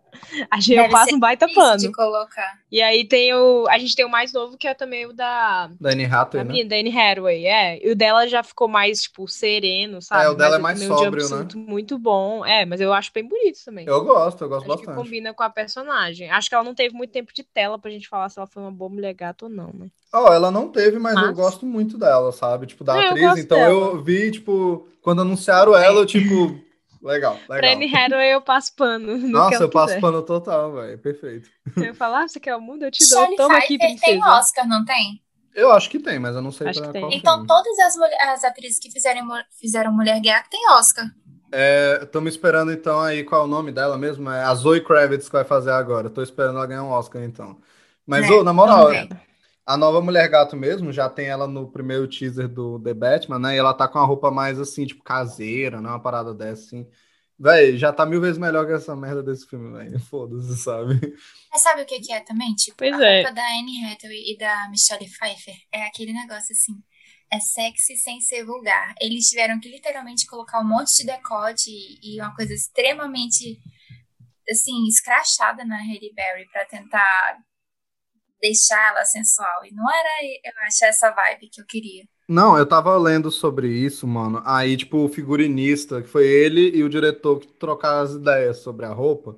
Speaker 6: A gente
Speaker 7: Deve
Speaker 6: passa
Speaker 7: ser
Speaker 6: um baita
Speaker 7: Isso
Speaker 6: pano.
Speaker 7: de colocar.
Speaker 6: E aí tem o. A gente tem o mais novo, que é também o da.
Speaker 5: Da Anne Hathaway,
Speaker 6: Da
Speaker 5: né?
Speaker 6: menina, da Anne Hathaway, é. E o dela já ficou mais, tipo, sereno, sabe?
Speaker 5: É, o dela
Speaker 6: Mas
Speaker 5: é mais
Speaker 6: eu também o
Speaker 5: sóbrio, né?
Speaker 6: jumpsuit Muito bom. É, mas eu acho bem bonito também.
Speaker 5: Eu gosto, eu gosto
Speaker 6: Acho que
Speaker 5: bastante.
Speaker 6: combina com a personagem. Acho que ela não teve muito tempo de tela pra gente falar se ela foi uma boa mulher gata ou não, né?
Speaker 5: Ó, ela não teve, mas eu
Speaker 6: Mas-
Speaker 5: gosto muito dela, sabe? Tipo, da
Speaker 6: Não, eu
Speaker 5: atriz.
Speaker 6: gosto
Speaker 5: então
Speaker 6: dela.
Speaker 5: eu vi, tipo, quando anunciaram ela, eu, tipo, legal,
Speaker 6: Pra
Speaker 5: legal.
Speaker 6: Anne Hathaway eu passo pano. no é. que
Speaker 5: Nossa,
Speaker 6: ela
Speaker 5: eu passo
Speaker 6: quiser.
Speaker 5: pano total, velho. Perfeito.
Speaker 6: Eu falo, ah, você quer o mundo? Eu te dou.
Speaker 7: Michelle
Speaker 6: Toma aqui,
Speaker 7: Pfeiffer tem
Speaker 6: princesa.
Speaker 7: o Oscar, não tem?
Speaker 5: Eu acho que tem, mas eu não sei
Speaker 6: Acho
Speaker 5: pra
Speaker 6: que tem.
Speaker 5: qual
Speaker 7: Então
Speaker 5: filme.
Speaker 7: todas as, mulher- as atrizes que fizerem mu- fizeram Mulher Gato tem Oscar.
Speaker 5: É, estamos esperando então aí qual é o nome dela mesmo? É a Zoe Kravitz que vai fazer agora. Tô esperando ela ganhar um Oscar então. Mas,
Speaker 7: Né,
Speaker 5: ô, na moral,
Speaker 7: também.
Speaker 5: a nova Mulher Gato mesmo, já tem ela no primeiro teaser do The Batman, né? E ela tá com uma roupa mais assim, tipo, caseira, né? Uma parada dessa, assim. Véi, já tá mil vezes melhor que essa merda desse filme, velho. Foda-se, sabe?
Speaker 7: Mas sabe o que que é também? Tipo,
Speaker 6: Pois
Speaker 7: a
Speaker 6: é.
Speaker 7: roupa da Anne Hathaway e da Michelle Pfeiffer é aquele negócio assim, é sexy sem ser vulgar. Eles tiveram que literalmente colocar um monte de decote e, e uma coisa extremamente, assim, escrachada na Halle Berry pra tentar deixar ela sensual. E não era, eu acho, essa vibe que eu queria.
Speaker 5: Não, eu tava lendo sobre isso, mano. Aí, tipo, o figurinista, que foi ele e o diretor que trocaram as ideias sobre a roupa,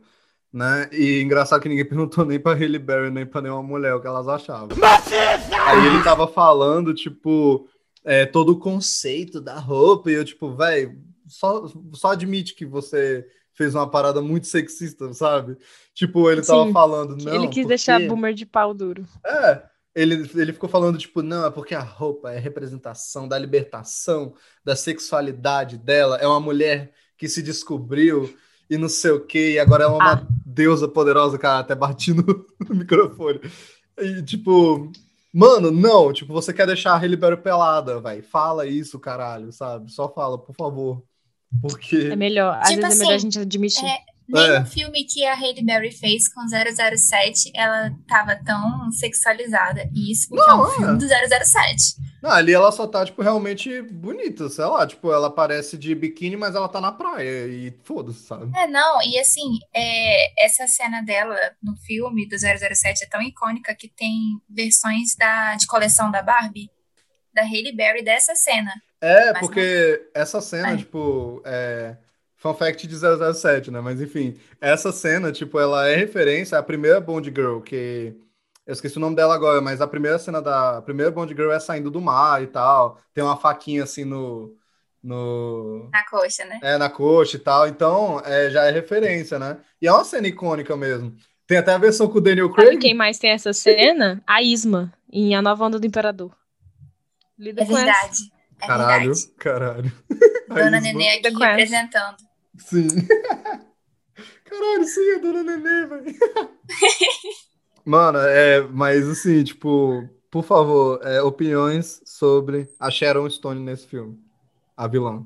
Speaker 5: né? E engraçado que ninguém perguntou nem pra Halle Berry, nem pra nenhuma mulher o que elas achavam. Aí ele tava falando, tipo, é, todo o conceito da roupa, e eu, tipo, véi, só, só admite que você fez uma parada muito sexista, sabe? Tipo, ele tava
Speaker 6: Sim.
Speaker 5: falando, não,
Speaker 6: Ele quis
Speaker 5: porque-
Speaker 6: deixar a boomer de pau duro.
Speaker 5: é, ele, ele ficou falando, tipo, não, é porque a roupa é representação da libertação, da sexualidade dela. É uma mulher que se descobriu e não sei o quê, e agora é uma
Speaker 6: Ah.
Speaker 5: deusa poderosa, cara, até bati no, no microfone. E, tipo, mano, não, tipo, você quer deixar a Halle Berry pelada, vai. Fala isso, caralho, sabe? Só fala, por favor.
Speaker 6: É
Speaker 5: Porque.
Speaker 6: melhor. Às
Speaker 7: Tipo
Speaker 6: vezes é melhor a
Speaker 7: assim,
Speaker 6: gente admitir.
Speaker 7: é- Nem
Speaker 5: É.
Speaker 7: no filme que a Halle Berry fez com 007, ela tava tão sexualizada. E isso porque
Speaker 5: Não,
Speaker 7: é um
Speaker 5: é.
Speaker 7: filme do 007.
Speaker 5: Não, ali ela só tá, tipo, realmente bonita, sei lá. Tipo, ela parece de biquíni, mas ela tá na praia. E foda-se, sabe?
Speaker 7: É, não, e assim, é, essa cena dela no filme do 007 é tão icônica que tem versões da, de coleção da Barbie, da Halle Berry, dessa cena.
Speaker 5: É,
Speaker 7: Mas
Speaker 5: porque essa cena,
Speaker 7: É.
Speaker 5: tipo, é. Fun fact de 007, né? Mas enfim, essa cena, tipo, ela é referência à primeira Bond Girl, que. Eu esqueci o nome dela agora, mas a primeira cena da. A primeira Bond Girl é saindo do mar e tal. Tem uma faquinha assim no. No.
Speaker 7: Na coxa, né?
Speaker 5: É, na coxa e tal. Então, é, já é referência, né? E é uma cena icônica mesmo. Tem até a versão com o Daniel
Speaker 6: Sabe
Speaker 5: Craig.
Speaker 6: quem mais tem essa cena? A Isma, em A Nova Onda do Imperador. Lida
Speaker 7: É
Speaker 6: com essa.
Speaker 7: verdade. É
Speaker 5: Caralho,
Speaker 7: verdade.
Speaker 5: caralho.
Speaker 7: Dona
Speaker 5: Aí,
Speaker 7: Nenê aqui
Speaker 6: Ainda com essa.
Speaker 7: representando.
Speaker 5: Sim. Caralho, sim, a dona Nenê, velho. Mano, é, mas assim, tipo, por favor, é, opiniões sobre a Sharon Stone nesse filme. A vilã.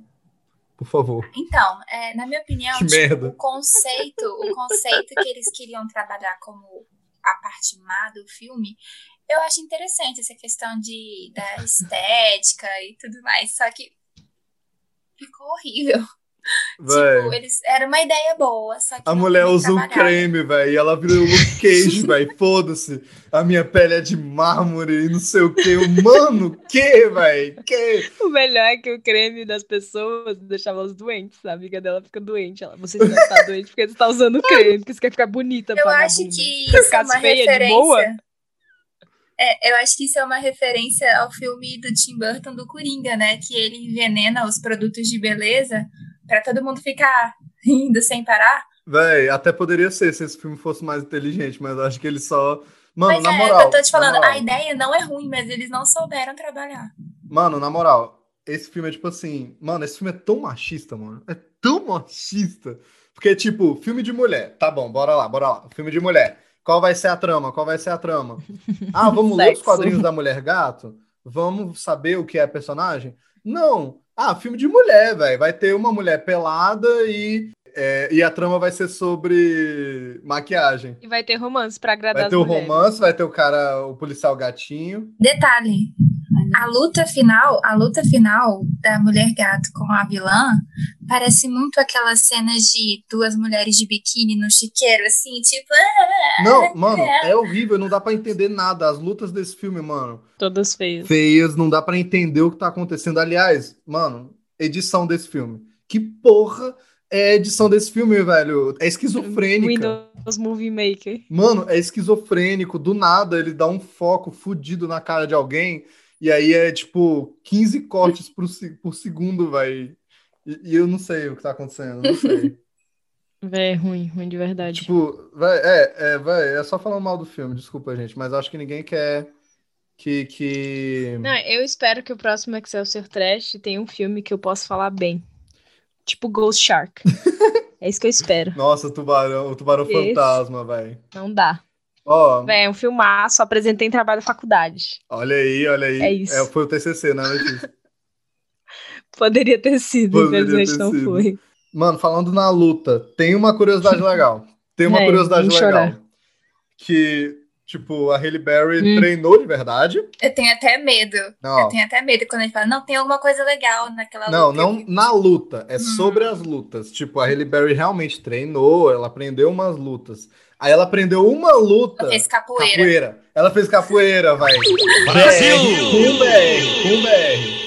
Speaker 5: Por favor.
Speaker 7: Então, é, na minha opinião,
Speaker 5: Que
Speaker 7: tipo,
Speaker 5: merda.
Speaker 7: o conceito, o conceito que eles queriam trabalhar como a parte má do filme, Eu acho interessante essa questão de, da estética e tudo mais, só que ficou horrível.
Speaker 5: Véi.
Speaker 7: Tipo, eles, era uma ideia boa, só que
Speaker 5: A
Speaker 7: não né?
Speaker 5: mulher
Speaker 7: foi
Speaker 5: usa um
Speaker 7: trabalhada.
Speaker 5: creme, velho, e ela vira o Luke Cage, velho. Foda-se. A minha pele é de mármore e não sei o quê. Mano, que, velho? Que?
Speaker 6: O melhor é que o creme das pessoas deixava elas doentes. A amiga dela fica doente. Ela, você está tá doente porque você está usando creme, porque você quer ficar bonita
Speaker 7: Eu
Speaker 6: pra
Speaker 7: acho
Speaker 6: vagabunda."
Speaker 7: que isso é
Speaker 6: ficasse
Speaker 7: uma
Speaker 6: feia de
Speaker 7: referência.
Speaker 6: boa?
Speaker 7: É, eu acho que isso é uma referência ao filme do Tim Burton do Coringa, né? Que ele envenena os produtos de beleza pra todo mundo ficar rindo sem parar.
Speaker 5: Véi, até poderia ser se esse filme fosse mais inteligente, mas eu acho que ele só. Mano,
Speaker 7: mas
Speaker 5: na
Speaker 7: é,
Speaker 5: moral.
Speaker 7: eu tô te falando,
Speaker 5: na moral.
Speaker 7: a ideia não é ruim, mas eles não souberam trabalhar.
Speaker 5: Mano, na moral, esse filme é tipo assim. Mano, esse filme é tão machista, mano. É tão machista. Porque, tipo, filme de mulher. Tá bom, bora lá, bora lá. Filme de mulher. Qual vai ser a trama? Qual vai ser a trama? Ah, vamos ler os
Speaker 6: Sexo.
Speaker 5: quadrinhos da Mulher Gato? Vamos saber o que é a personagem? Não. Ah, filme de mulher, velho. Vai ter uma mulher pelada e, é, e a trama vai ser sobre maquiagem.
Speaker 6: E vai ter romance pra agradar
Speaker 5: Vai
Speaker 6: as
Speaker 5: ter o
Speaker 6: mulheres.
Speaker 5: romance, vai ter o cara, o policial gatinho.
Speaker 7: Detalhe, a luta final, a luta final da mulher gato com a vilã parece muito aquelas cenas de duas mulheres de biquíni no chiqueiro, assim, tipo, ah,
Speaker 5: Não, mano, é horrível, não dá pra entender nada. As lutas desse filme, mano,
Speaker 6: Todas feias.
Speaker 5: feias, não dá pra entender o que tá acontecendo. Aliás, mano, edição desse filme. Que porra é a edição desse filme, velho? É esquizofrênica.
Speaker 6: Windows Movie Maker.
Speaker 5: Mano, é esquizofrênico. Do nada ele dá um foco fudido na cara de alguém. E aí é tipo 15 cortes por, se- por segundo, velho. E, e eu não sei o que tá acontecendo, não sei.
Speaker 6: Véi, é ruim, ruim de verdade.
Speaker 5: Tipo, vai, é, é, vai, é só falando mal do filme, desculpa, gente, mas acho que ninguém quer que. que...
Speaker 6: Não, eu espero que o próximo Excelsior Trash tenha um filme que eu possa falar bem. Tipo Ghost Shark. é isso que eu espero.
Speaker 5: Nossa, tubarão, o tubarão
Speaker 6: Esse?
Speaker 5: fantasma, velho.
Speaker 6: Não dá.
Speaker 5: Ó,
Speaker 6: Véi, é um filmaço, apresentei em trabalho da faculdade.
Speaker 5: olha aí, olha aí.
Speaker 6: É isso.
Speaker 5: foi o TCC, né, Letícia?
Speaker 6: Poderia ter sido,
Speaker 5: Poderia ter
Speaker 6: infelizmente não
Speaker 5: sido.
Speaker 6: foi.
Speaker 5: Mano, falando na luta, tem uma curiosidade legal. Tem uma
Speaker 6: É,
Speaker 5: curiosidade
Speaker 6: vamos
Speaker 5: legal.
Speaker 6: chorar.
Speaker 5: Que, tipo, a Haley Berry
Speaker 6: Hum.
Speaker 5: treinou de verdade.
Speaker 7: eu tenho até medo.
Speaker 5: Não,
Speaker 7: Eu tenho até medo quando ele fala, não, tem alguma coisa legal naquela
Speaker 5: Não,
Speaker 7: luta. Uhum.
Speaker 5: não na luta, é sobre as lutas. Tipo, a Halle Berry realmente treinou, ela aprendeu umas lutas. Aí ela aprendeu uma luta.
Speaker 7: Fez capoeira.
Speaker 5: Ela fez capoeira, vai. Brasil! Com BR, com BR.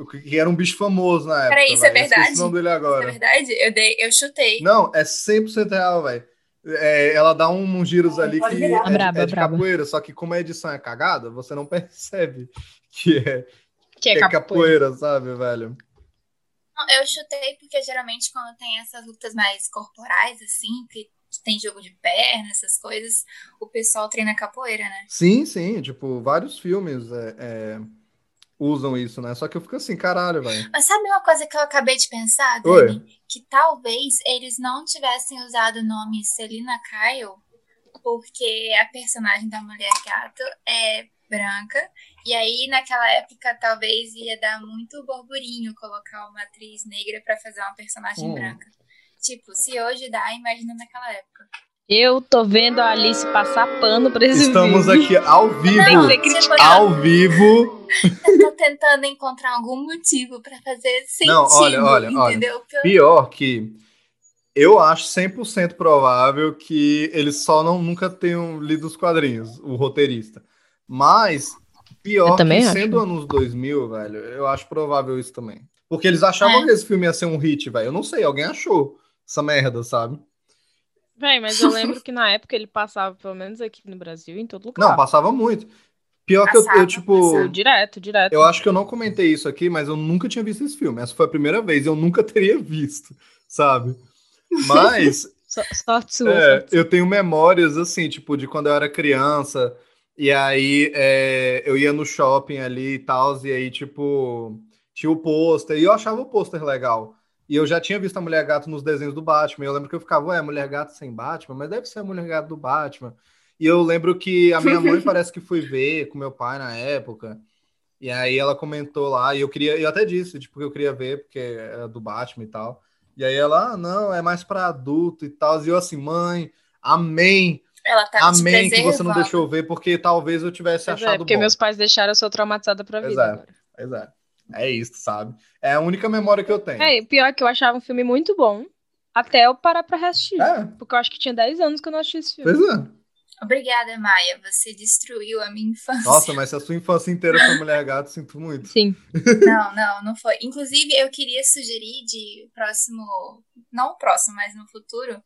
Speaker 5: O que- Que era um bicho famoso na época.
Speaker 7: Peraí, isso é
Speaker 5: vai. Eu esqueci
Speaker 7: verdade?
Speaker 5: o nome dele
Speaker 7: Na
Speaker 5: agora.
Speaker 7: verdade, eu, dei, eu chutei.
Speaker 5: Não, é 100% real, velho. É, ela dá um, uns giros ali que é, de-
Speaker 6: Braba,
Speaker 5: é de
Speaker 6: braba.
Speaker 5: capoeira, só que como a edição é cagada, você não percebe que é,
Speaker 6: Que
Speaker 5: que
Speaker 6: é
Speaker 5: é
Speaker 6: capoeira.
Speaker 5: capoeira, sabe, velho?
Speaker 7: Não, Eu chutei porque geralmente quando tem essas lutas mais corporais, assim, que tem jogo de perna, essas coisas, o pessoal treina capoeira, né?
Speaker 5: Sim, sim, tipo, vários filmes é, é, usam isso, né? Só que eu fico assim, caralho, velho.
Speaker 7: Mas sabe uma coisa que eu acabei de pensar, Dani?
Speaker 5: Oi.
Speaker 7: Que talvez eles não tivessem usado o nome Selina Kyle, porque a personagem da Mulher Gato é branca. E aí, naquela época, talvez ia dar muito burburinho colocar uma atriz negra pra fazer uma personagem
Speaker 5: Hum.
Speaker 7: branca. Tipo, se hoje dá, imagina naquela época.
Speaker 6: Eu tô vendo a Alice passar pano pra esse
Speaker 5: Estamos
Speaker 6: filme.
Speaker 5: aqui ao
Speaker 6: Tem que ser
Speaker 5: vivo,
Speaker 6: criticado.
Speaker 5: ao vivo.
Speaker 7: Eu tô tentando encontrar algum motivo pra fazer sentido,
Speaker 5: Não, olha, olha, olha.
Speaker 7: entendeu? Porque eu-
Speaker 5: Pior que eu acho 100% provável que eles só não nunca tenham lido os quadrinhos, o roteirista. Mas pior
Speaker 6: Eu
Speaker 5: que
Speaker 6: também acho.
Speaker 5: sendo anos 2000, velho, eu acho provável isso também. Porque eles achavam
Speaker 7: É.
Speaker 5: que esse filme ia ser um hit, velho. Eu não sei, alguém achou essa merda, sabe?
Speaker 6: Véi, mas eu lembro que na época ele passava, pelo menos aqui no Brasil, em todo lugar.
Speaker 5: Não, passava muito. Pior que eu- eu,
Speaker 7: Passava,
Speaker 5: tipo,
Speaker 7: passava.
Speaker 6: Direto, direto.
Speaker 5: Eu acho que eu não comentei isso aqui, mas eu nunca tinha visto esse filme. Essa foi a primeira vez, eu nunca teria visto, sabe? Mas
Speaker 6: So- sorte sua.
Speaker 5: é,
Speaker 6: sorte sua.
Speaker 5: eu tenho memórias assim, tipo, de quando eu era criança, e aí é, eu ia no shopping ali e tal, e aí, tipo, tinha o pôster, e eu achava o pôster legal. E eu já tinha visto a Mulher Gato nos desenhos do Batman. e Eu lembro que eu ficava, ué, Mulher Gato sem Batman, mas deve ser a Mulher Gato do Batman. E eu lembro que a minha mãe parece que foi ver com meu pai na época. E aí ela comentou lá, e eu queria, eu até disse, tipo, que eu queria ver, porque era do Batman e é tal. E aí ela, ah, não, é mais pra adulto e tal. E eu assim, mãe, amém.
Speaker 7: Ela tá te
Speaker 5: Amém que você não
Speaker 7: preservando.
Speaker 5: deixou ver, porque talvez eu tivesse
Speaker 6: Pois é,
Speaker 5: achado
Speaker 6: porque
Speaker 5: bom.
Speaker 6: meus pais deixaram, eu sou traumatizada pra
Speaker 5: Pois
Speaker 6: vida.
Speaker 5: é.
Speaker 6: agora.
Speaker 5: Pois é. É isso, sabe? É a única memória que eu tenho.
Speaker 6: É, e pior que eu achava um filme muito bom, até eu parar pra assistir.
Speaker 5: É,
Speaker 6: Porque eu acho que tinha 10 anos que eu não assisti esse filme.
Speaker 5: pois é.
Speaker 7: Obrigada, Maia. Você destruiu a minha infância.
Speaker 5: Nossa, mas se a sua infância inteira foi mulher gato, sinto muito.
Speaker 6: Sim.
Speaker 7: Não, não, não foi. Inclusive, eu queria sugerir de próximo, não o próximo, mas no futuro,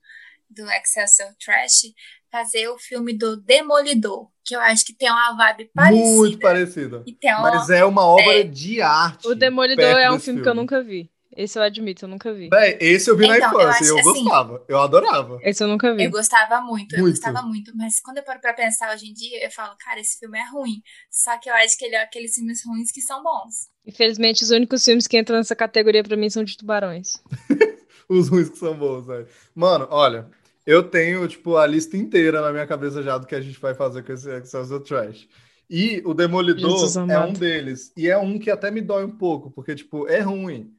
Speaker 7: do Excelsior Trash, fazer o filme do Demolidor, que eu acho que tem uma vibe parecida.
Speaker 5: Muito parecida.
Speaker 7: E tem um, uma...
Speaker 5: Mas é uma obra de arte.
Speaker 6: O Demolidor
Speaker 5: perto
Speaker 6: é um
Speaker 5: desse
Speaker 6: filme, que eu nunca vi. Esse eu admito, eu nunca vi.
Speaker 5: Véi, esse eu vi na
Speaker 7: Então, eu
Speaker 5: infância
Speaker 7: acho
Speaker 5: e eu
Speaker 7: que assim-
Speaker 5: gostava. Eu adorava.
Speaker 6: Esse eu nunca vi.
Speaker 7: Eu gostava muito, eu
Speaker 5: é Muito.
Speaker 7: gostava muito. Mas quando eu paro pra pensar hoje em dia, eu falo, cara, esse filme é ruim. Só que eu acho que ele é aqueles filmes ruins que são bons.
Speaker 6: Infelizmente, os únicos filmes que entram nessa categoria pra mim são de tubarões.
Speaker 5: Os ruins que são bons, velho. Mano, olha, eu tenho, tipo, a lista inteira na minha cabeça já do que a gente vai fazer com esse Excelsior Trash. E o Demolidor
Speaker 6: Jesus
Speaker 5: é
Speaker 6: amado.
Speaker 5: um deles. E é um que até me dói um pouco, porque, tipo, é ruim.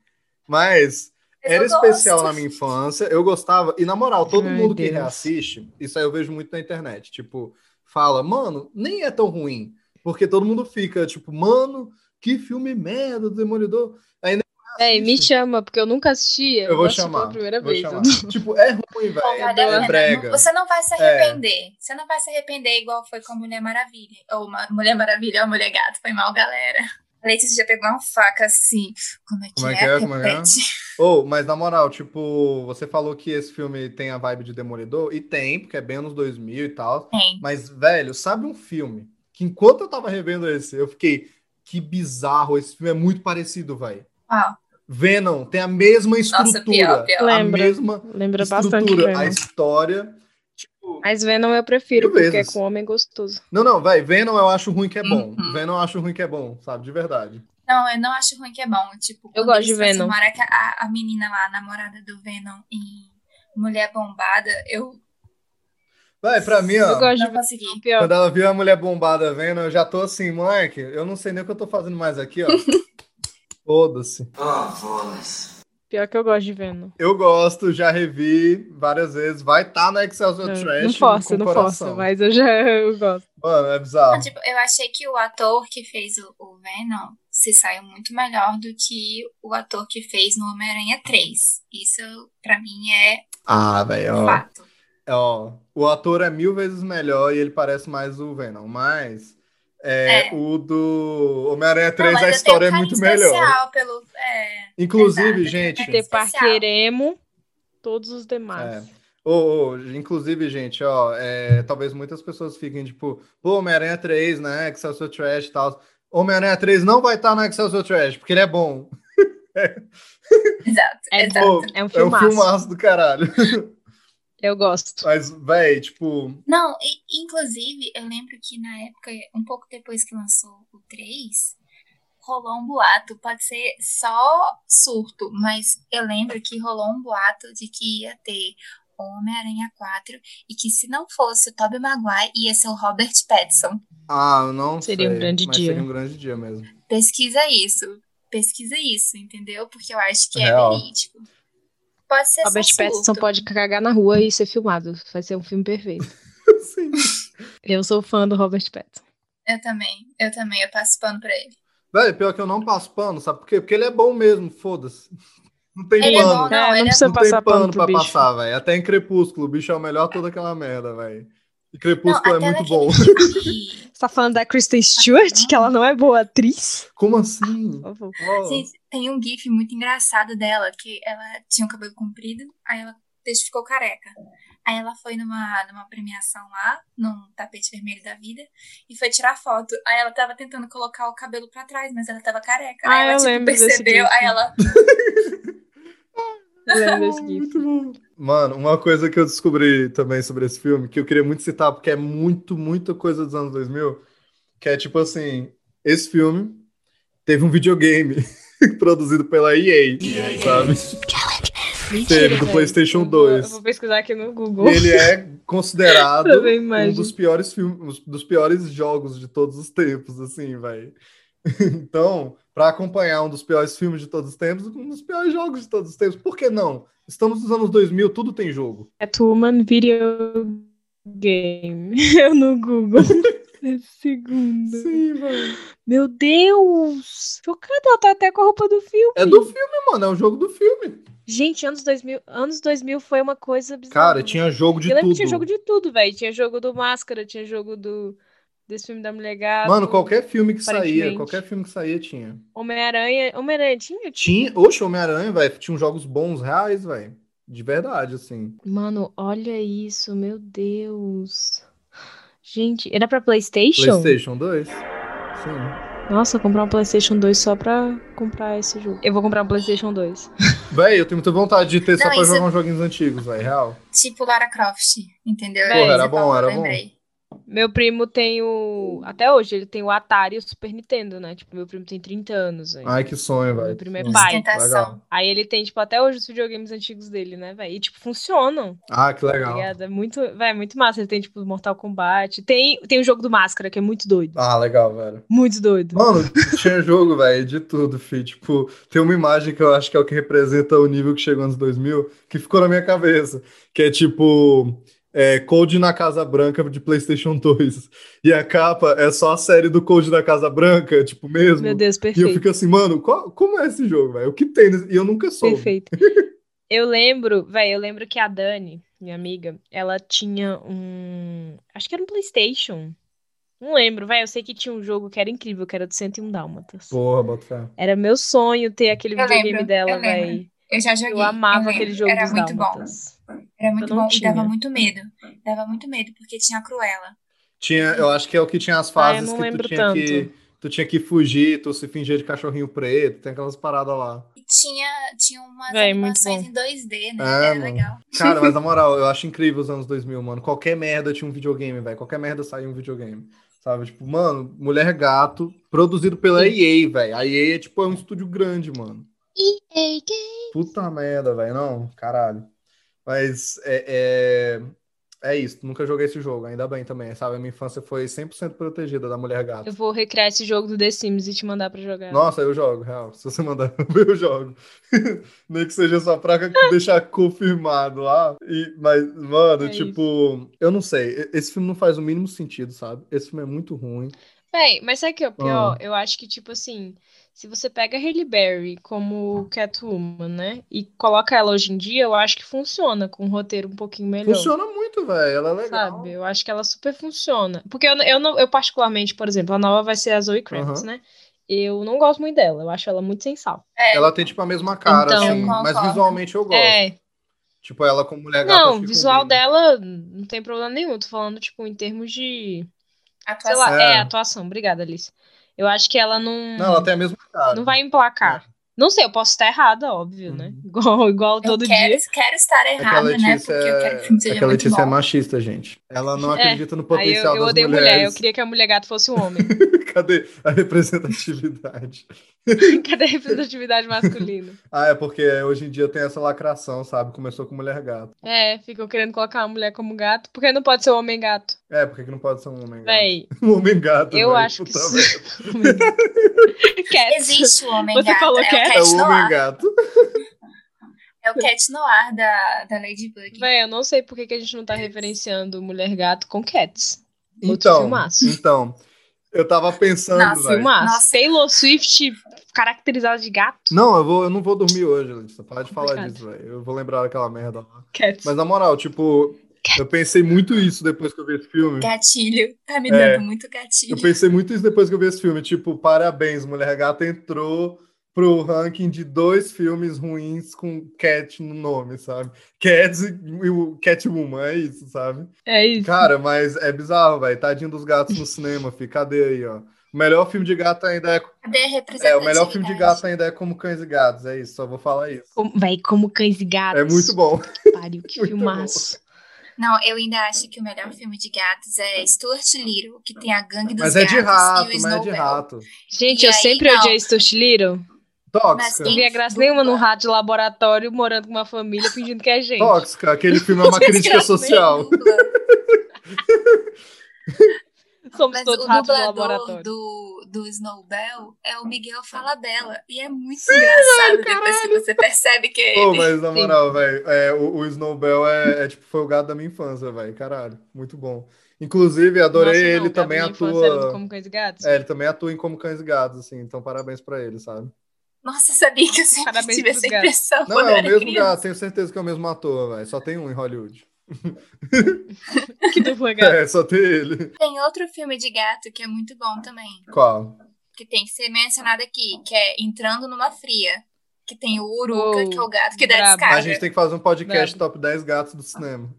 Speaker 5: Mas
Speaker 7: Mas
Speaker 5: era
Speaker 7: eu gosto.
Speaker 5: especial na minha infância, eu gostava. E na moral, todo
Speaker 6: Ai,
Speaker 5: mundo que
Speaker 6: Deus.
Speaker 5: reassiste, isso aí eu vejo muito na internet. Tipo, fala, mano, nem é tão ruim. Porque todo mundo fica, tipo, mano, que filme merda do Demolidor.
Speaker 6: É, e me
Speaker 5: Assiste.
Speaker 6: chama, porque eu nunca assistia.
Speaker 5: Ah, Eu vou
Speaker 6: assisti
Speaker 5: chamar.
Speaker 6: pela primeira
Speaker 5: vou
Speaker 6: vez.
Speaker 5: chamar. tipo, é ruim,
Speaker 7: Pô,
Speaker 5: velho.
Speaker 7: vale a
Speaker 5: É
Speaker 7: pena.
Speaker 5: brega.
Speaker 7: Não- Você não vai se
Speaker 5: É.
Speaker 7: arrepender. Você não vai se arrepender igual foi com a Mulher Maravilha. Ou uma Mulher Maravilha ou Mulher Gato. Foi mal, galera. A Letícia já pegou uma faca assim. Como é que
Speaker 5: Como
Speaker 7: é?
Speaker 5: é que é? Como é que é?
Speaker 7: Repete.
Speaker 5: Ou, mas na moral, tipo, você falou que esse filme tem a vibe de Demolidor, e tem, porque é bem anos 2000 e tal.
Speaker 7: Tem.
Speaker 5: Mas, velho, sabe um filme que enquanto eu tava revendo esse, eu fiquei, que bizarro, esse filme é muito parecido, velho.
Speaker 7: Ó,
Speaker 5: Venom tem a mesma
Speaker 7: Nossa, pior,
Speaker 5: estrutura,
Speaker 7: pior.
Speaker 5: a
Speaker 6: Lembra.
Speaker 5: mesma
Speaker 6: Lembra bastante.
Speaker 5: estrutura, a
Speaker 6: Venom.
Speaker 5: história. Tipo,
Speaker 6: Mas Venom eu prefiro,
Speaker 5: Mil
Speaker 6: porque
Speaker 5: vezes.
Speaker 6: é com homem gostoso.
Speaker 5: não, não, velho, Venom eu acho ruim que é bom.
Speaker 7: Uhum.
Speaker 5: Venom eu acho ruim que é bom, sabe, de verdade.
Speaker 7: Não, eu não acho ruim que é bom. Tipo,
Speaker 6: Eu
Speaker 7: quando
Speaker 6: gosto de
Speaker 7: eles
Speaker 6: Venom.
Speaker 7: transformaram A, a menina lá, a namorada do Venom, em Mulher Bombada, eu
Speaker 5: Vai, pra mim,
Speaker 6: Eu
Speaker 5: ó,
Speaker 6: gosto
Speaker 7: não
Speaker 6: de
Speaker 7: consegui.
Speaker 6: Venom, pior.
Speaker 5: quando ela viu a mulher bombada Venom, eu já tô assim, moleque, eu não sei nem o que eu tô fazendo mais aqui, ó. Foda-se.
Speaker 6: Pior que eu gosto de Venom.
Speaker 5: Eu gosto, já revi várias vezes. Vai estar tá no Excelsior
Speaker 6: Não,
Speaker 5: Trash.
Speaker 6: não força,
Speaker 5: com
Speaker 6: não
Speaker 5: coração.
Speaker 6: força, mas eu já eu gosto.
Speaker 5: Mano, é
Speaker 7: Não,
Speaker 5: bizarro.
Speaker 7: tipo, eu achei que o ator que fez o, o Venom se saiu muito melhor do que o ator que fez no Homem-Aranha 3. Isso, pra mim, é
Speaker 5: Ah, velho. ó. é,
Speaker 7: fato.
Speaker 5: Ó, O ator é mil vezes melhor e ele parece mais o Venom, mas é,
Speaker 7: É.
Speaker 5: o do Homem-Aranha
Speaker 7: Não,
Speaker 5: 3
Speaker 7: mas
Speaker 5: a
Speaker 7: eu
Speaker 5: história é
Speaker 7: tenho um
Speaker 5: muito
Speaker 7: carinho
Speaker 5: melhor.
Speaker 7: especial Pelo, é,
Speaker 5: Inclusive,
Speaker 7: Exato,
Speaker 5: gente.
Speaker 7: tem
Speaker 6: Ter
Speaker 7: especial. É.
Speaker 6: Parker emo, todos os demais.
Speaker 5: Ô, ô, inclusive, gente, ó, é, talvez muitas pessoas fiquem tipo, pô, Homem-Aranha 3, né? Excelsior Trash e tal. Homem-Aranha 3 não vai tá, né, estar no Excelsior Trash, porque ele é bom.
Speaker 7: exato,
Speaker 6: É
Speaker 7: exato.
Speaker 5: Ô, é
Speaker 6: É um
Speaker 5: um
Speaker 6: filmaço.
Speaker 5: filmaço do caralho.
Speaker 6: Eu gosto.
Speaker 5: Mas, véi, tipo,
Speaker 7: Não, e, inclusive, eu lembro que na época, um pouco depois que lançou o 3, rolou um boato. Pode ser só surto, mas eu lembro que rolou um boato de que ia ter Homem-Aranha 4 e que se não fosse o Tobey Maguire, ia ser o Robert Pattinson.
Speaker 5: ah, eu não
Speaker 6: Seria
Speaker 5: sei,
Speaker 6: um grande
Speaker 5: mas
Speaker 6: dia.
Speaker 5: Seria um grande dia mesmo.
Speaker 7: Pesquisa isso. Pesquisa isso, entendeu? Porque eu acho que é
Speaker 5: Real.
Speaker 7: verídico. Pode ser
Speaker 6: Robert
Speaker 7: só
Speaker 6: Pattinson
Speaker 7: surto.
Speaker 6: pode cagar na rua e ser filmado. Vai ser um filme perfeito.
Speaker 5: Sim.
Speaker 6: Eu sou fã do Robert Pattinson.
Speaker 7: Eu também, eu também, eu passo pano pra ele.
Speaker 5: Véi, pior que eu não passo pano, sabe por quê? Porque ele é bom mesmo, foda-se. Não tem
Speaker 7: Ele é
Speaker 5: pano.
Speaker 7: bom,
Speaker 5: não
Speaker 7: né?
Speaker 6: é,
Speaker 7: ele
Speaker 6: não
Speaker 7: é
Speaker 6: precisa
Speaker 5: tem
Speaker 6: passar pano,
Speaker 5: pano pra
Speaker 6: pro bicho.
Speaker 5: passar, velho. Até em Crepúsculo, o bicho é o melhor toda aquela merda, velho. E Crepúsculo é
Speaker 7: até
Speaker 5: muito bom.
Speaker 7: naquele filme-
Speaker 6: Você tá falando da Kristen Stewart, que ela não é boa atriz?
Speaker 5: Como assim?
Speaker 6: Por favor.
Speaker 5: Ó,
Speaker 7: Gente, tem um gif muito engraçado dela, que ela tinha o cabelo comprido, aí ela deixa- ficou careca. Aí ela foi numa, numa premiação lá, num tapete vermelho da vida, e foi tirar foto. Aí ela tava tentando colocar o cabelo pra trás, mas ela tava careca.
Speaker 6: Ah,
Speaker 7: aí ela
Speaker 6: eu
Speaker 7: tipo,
Speaker 6: lembro desse
Speaker 7: percebeu,
Speaker 6: gif.
Speaker 7: aí ela.
Speaker 6: Eu lembro desse gif.
Speaker 5: muito bom. Mano, uma coisa que eu descobri também sobre esse filme, que eu queria muito citar, porque é muito, muita coisa dos anos 2000, que é tipo assim, esse filme teve um videogame produzido pela EA, sabe? Teve, do
Speaker 6: velho.
Speaker 5: PlayStation
Speaker 6: Eu vou-
Speaker 5: 2.
Speaker 6: Eu vou pesquisar aqui no Google.
Speaker 5: E ele é considerado
Speaker 6: Pra ver a
Speaker 5: um
Speaker 6: imagem.
Speaker 5: dos piores filmes, um dos piores jogos de todos os tempos, assim, velho. Então, pra acompanhar um dos piores filmes de todos os tempos, um dos piores jogos de todos os tempos, por que não? Estamos nos anos 2000, tudo tem jogo.
Speaker 6: Catwoman Video Game. Eu no Google. Esse segundo.
Speaker 5: Sim, velho.
Speaker 6: Meu Deus! Chocada, ela tá até com a roupa do filme.
Speaker 5: É do filme, mano. É o jogo do filme.
Speaker 6: Gente, anos 2000, anos 2000 foi uma coisa bizarra.
Speaker 5: Cara, tinha jogo de
Speaker 6: Eu lembro
Speaker 5: tudo.
Speaker 6: que tinha jogo de tudo, velho. Tinha jogo do Máscara, tinha jogo do desse filme da Mulher Gato.
Speaker 5: Mano, qualquer filme que saía,
Speaker 6: Aparentemente.
Speaker 5: qualquer filme que saía tinha.
Speaker 6: Homem-Aranha. Homem-Aranha tinha?
Speaker 5: Tinha, oxe, Homem-Aranha, velho, tinha uns jogos bons reais, velho. De verdade, assim.
Speaker 6: Mano, olha isso, meu Deus. Gente, era pra PlayStation?
Speaker 5: PlayStation 2? Sim.
Speaker 6: Nossa, comprar um PlayStation 2 só pra comprar esse jogo. Eu vou comprar um PlayStation 2.
Speaker 5: Véi, eu tenho muita vontade de ter só
Speaker 7: Não,
Speaker 5: pra
Speaker 7: isso-
Speaker 5: jogar uns joguinhos antigos, velho, real.
Speaker 7: Tipo Lara Croft, entendeu?
Speaker 6: Porra,
Speaker 7: Você
Speaker 5: era bom,
Speaker 7: falou,
Speaker 5: era
Speaker 7: lembrei.
Speaker 6: Meu primo tem o. Até hoje, ele tem o Atari e o Super Nintendo, né? Tipo, meu primo tem 30 anos. Aí,
Speaker 5: Ai, que sonho,
Speaker 6: meu
Speaker 5: velho.
Speaker 6: primo é
Speaker 5: Nossa,
Speaker 6: pai.
Speaker 7: Sustentação.
Speaker 6: aí ele tem, tipo, até hoje os videogames antigos dele, né, velho? E, tipo, funcionam.
Speaker 5: Ah, que
Speaker 6: Tá
Speaker 5: legal.
Speaker 6: ligado? É muito, véi, é muito massa. Ele tem, tipo, Mortal Kombat. Tem, tem o jogo do Máscara, que é muito doido.
Speaker 5: Ah, legal, velho.
Speaker 6: Muito doido.
Speaker 5: Mano, tinha jogo, velho, de tudo, fi. Tipo, tem uma imagem que eu acho que é o que representa o nível que chegou nos 2000, que ficou na minha cabeça, que é tipo, é, Code na Casa Branca de PlayStation 2. E a capa é só a série do Code na Casa Branca, tipo, mesmo.
Speaker 6: Meu Deus,
Speaker 5: E eu
Speaker 6: perfeito.
Speaker 5: fico assim, mano, qual- como é esse jogo, velho? O que tem nesse... E eu nunca soube.
Speaker 6: Perfeito. Eu lembro, velho, eu lembro que a Dani, minha amiga, ela tinha um. Acho que era um PlayStation. Não lembro, velho. Eu sei que tinha um jogo que era incrível, que era do 101 Dálmatas.
Speaker 5: Porra, bota fé.
Speaker 6: Era meu sonho ter aquele
Speaker 7: Eu
Speaker 6: videogame
Speaker 7: lembro,
Speaker 6: dela,
Speaker 7: eu lembro.
Speaker 6: velho.
Speaker 7: Eu já joguei.
Speaker 6: Eu amava
Speaker 7: lembro.
Speaker 6: aquele jogo
Speaker 7: Era
Speaker 6: dos
Speaker 7: muito bom.
Speaker 6: Dálmatas.
Speaker 7: Era muito
Speaker 6: Eu não
Speaker 7: bom e dava
Speaker 6: tinha.
Speaker 7: muito medo. Dava muito medo, porque tinha a Cruella.
Speaker 5: Tinha, eu acho que é o que tinha as fases
Speaker 6: Hum. Ah, não
Speaker 5: que tu
Speaker 6: lembro
Speaker 5: tinha que... Tu tinha que fugir, tu se fingia de cachorrinho preto, tem aquelas paradas lá.
Speaker 7: E tinha, tinha umas
Speaker 6: Véi, muito
Speaker 7: animações
Speaker 6: bom.
Speaker 7: em 2D, né?
Speaker 5: É,
Speaker 7: era
Speaker 5: mano.
Speaker 7: legal.
Speaker 5: Cara, mas na moral, eu acho incrível os anos 2000, mano. Qualquer merda tinha um videogame, velho. Qualquer merda saía um videogame. Sabe? Tipo, mano, Mulher Gato, produzido pela EA, velho. A EA é tipo é um estúdio grande, mano.
Speaker 6: Ei,
Speaker 5: Puta merda, velho. Não, caralho. Mas é, é... é isso. Nunca joguei esse jogo, ainda bem também, sabe? A minha infância foi 100% protegida da Mulher Gato.
Speaker 6: Eu vou recriar esse jogo do The Sims e te mandar pra jogar.
Speaker 5: Nossa, eu jogo, real. Se você mandar, eu jogo. Nem que seja só pra deixar confirmado lá. E- mas, mano,
Speaker 6: É
Speaker 5: tipo, eu não sei. E- Esse filme não faz o mínimo sentido, sabe? Esse filme é muito ruim.
Speaker 6: Véi, mas sabe o que é o pior?
Speaker 5: Ah.
Speaker 6: Eu acho que, tipo assim, se você pega a Halle Berry como Catwoman, né? E coloca ela hoje em dia, eu acho que funciona com um roteiro um pouquinho melhor.
Speaker 5: Funciona muito, velho. Ela é legal.
Speaker 6: Sabe? Eu acho que ela super funciona. Porque eu, eu, não, eu particularmente, por exemplo, a nova vai ser a Zoe Kravitz,
Speaker 5: Aham.
Speaker 6: né? Eu não gosto muito dela, eu acho ela muito sem sal.
Speaker 7: É,
Speaker 5: Ela tem, tipo, a mesma cara,
Speaker 6: Então-
Speaker 5: assim.
Speaker 7: Eu
Speaker 5: Mas
Speaker 7: concordo.
Speaker 5: visualmente eu gosto.
Speaker 6: É,
Speaker 5: Tipo, ela como mulher gata, acho
Speaker 6: não, o
Speaker 5: que
Speaker 6: visual
Speaker 5: combina.
Speaker 6: dela não tem problema nenhum. Tô falando, tipo, em termos de. Sei
Speaker 7: atuação.
Speaker 6: lá, é,
Speaker 5: É.
Speaker 6: atuação. Obrigada, Alice. Eu acho que ela não.
Speaker 5: Não, ela tem a mesma cara.
Speaker 6: Não vai emplacar.
Speaker 5: É.
Speaker 6: Não sei, eu posso estar errada, óbvio, né?
Speaker 5: Uhum.
Speaker 6: Igual, igual
Speaker 7: Eu
Speaker 6: todo
Speaker 7: quero,
Speaker 6: dia.
Speaker 7: quero
Speaker 5: É
Speaker 7: estar
Speaker 5: que a
Speaker 7: errada, né?
Speaker 5: Letícia
Speaker 7: Porque eu quero que o filme
Speaker 5: é...
Speaker 7: seja
Speaker 5: é que a
Speaker 7: muito
Speaker 5: Letícia é
Speaker 7: bom.
Speaker 5: machista, gente. Ela não
Speaker 6: É.
Speaker 5: acredita no
Speaker 6: Aí eu,
Speaker 5: potencial
Speaker 6: eu
Speaker 5: das
Speaker 6: odeio mulher, eu
Speaker 5: mulheres.
Speaker 6: queria que a mulher gato fosse um homem.
Speaker 5: Cadê a representatividade?
Speaker 6: Cadê a representatividade masculina?
Speaker 5: Ah, é porque hoje em dia tem essa lacração, sabe? Começou com mulher gato.
Speaker 6: É, ficam querendo colocar a mulher como gato, porque não pode ser um homem gato.
Speaker 5: É, porque que não pode ser um homem gato?
Speaker 6: Véi,
Speaker 5: Um homem gato,
Speaker 6: eu
Speaker 5: velho,
Speaker 6: acho que
Speaker 5: puta
Speaker 6: isso.
Speaker 5: merda.
Speaker 6: Cat.
Speaker 7: Existe o Homem
Speaker 6: Você
Speaker 7: Gato.
Speaker 6: falou
Speaker 7: é o
Speaker 6: que é?
Speaker 7: Cat
Speaker 5: É o
Speaker 7: Noir.
Speaker 5: homem gato.
Speaker 7: É o Cat Noir da, da Ladybug.
Speaker 6: Véi, eu não sei por que, que a gente não tá referenciando mulher gato com cats. Outro
Speaker 5: Então,
Speaker 6: filmaço.
Speaker 5: então, eu tava pensando,
Speaker 7: Nossa,
Speaker 5: velho.
Speaker 6: Filmaço.
Speaker 7: Nossa.
Speaker 6: Taylor Swift caracterizada de gato.
Speaker 5: Não, eu, vou, eu não vou dormir hoje, Letícia. Para de falar
Speaker 6: Complicado.
Speaker 5: disso, velho. Eu vou lembrar daquela merda lá.
Speaker 6: Cats.
Speaker 5: Mas na moral, tipo, eu pensei muito isso depois que eu vi esse filme.
Speaker 7: Gatilho. Tá me
Speaker 5: É.
Speaker 7: dando muito
Speaker 5: Eu
Speaker 7: gatilho.
Speaker 5: pensei muito isso depois que eu vi esse filme. Tipo, parabéns, Mulher Gata entrou pro ranking de dois filmes ruins com Cat no nome, sabe? Cats e o Catwoman, é isso, sabe?
Speaker 6: É isso.
Speaker 5: Cara, mas é bizarro, velho. Tadinho dos gatos no cinema, fi. Cadê aí, ó? O melhor filme de gato ainda é.
Speaker 7: Cadê a representatividade?
Speaker 5: É, o melhor filme de gato ainda é Como Cães e Gatos. É isso, só vou falar isso.
Speaker 6: Como, véi, como cães e gatos.
Speaker 5: É muito bom.
Speaker 6: Pariu, que
Speaker 5: Muito
Speaker 6: filmaço.
Speaker 7: Não, eu ainda acho que o melhor filme de gatos é Stuart Little, que tem a gangue dos
Speaker 5: Mas é
Speaker 7: gatos
Speaker 5: de rato,
Speaker 7: e o
Speaker 5: mas é de
Speaker 7: Snowbell.
Speaker 5: rato.
Speaker 6: Gente,
Speaker 7: E
Speaker 6: eu
Speaker 7: aí,
Speaker 6: sempre
Speaker 7: não.
Speaker 6: odiei Stuart Little.
Speaker 5: Tóxica.
Speaker 6: Não
Speaker 7: Gente,
Speaker 6: via graça
Speaker 7: dupla.
Speaker 6: nenhuma num rato de laboratório morando com uma família fingindo que é
Speaker 5: é
Speaker 6: gente.
Speaker 5: Tóxica. Aquele filme é uma crítica
Speaker 6: Desgraçado.
Speaker 5: social.
Speaker 6: Somos
Speaker 7: Mas
Speaker 6: todos
Speaker 7: o
Speaker 6: ratos do
Speaker 7: dublador
Speaker 6: laboratório.
Speaker 7: do, do Snowbell é o Miguel Falabella. E é muito engraçado depois que você percebe que é
Speaker 5: Pô,
Speaker 7: ele.
Speaker 5: mas na
Speaker 6: Sim.
Speaker 5: moral, velho, é, o, o Snowbell é, é, tipo, foi o gato da minha infância, velho. Caralho, muito bom. Inclusive, adorei
Speaker 6: Nossa, não,
Speaker 5: ele
Speaker 6: cara,
Speaker 5: também
Speaker 6: minha infância era do
Speaker 5: atua.
Speaker 6: Como Cães e Gatos.
Speaker 5: É, ele também atua em Como Cães e Gatos, assim, então parabéns pra ele, sabe?
Speaker 7: Nossa, sabia que eu sempre
Speaker 6: Parabéns
Speaker 7: tive
Speaker 6: pros
Speaker 7: essa
Speaker 6: gatos.
Speaker 7: impressão
Speaker 5: Não,
Speaker 7: quando eu
Speaker 5: é o
Speaker 7: era
Speaker 5: mesmo
Speaker 7: criança.
Speaker 5: gato, tenho certeza que é o mesmo ator, velho. Só tem um em Hollywood.
Speaker 6: Que dupla gato.
Speaker 5: É, só tem ele.
Speaker 7: Tem outro filme de gato que é muito bom também,
Speaker 5: Qual?
Speaker 7: que tem que ser mencionado aqui, que é Entrando numa Fria, que tem o Uruca,
Speaker 6: Oh,
Speaker 7: que é o gato que dá
Speaker 6: brabo.
Speaker 7: descarga.
Speaker 5: A gente tem que fazer um podcast
Speaker 6: Nada.
Speaker 5: top 10 gatos do cinema.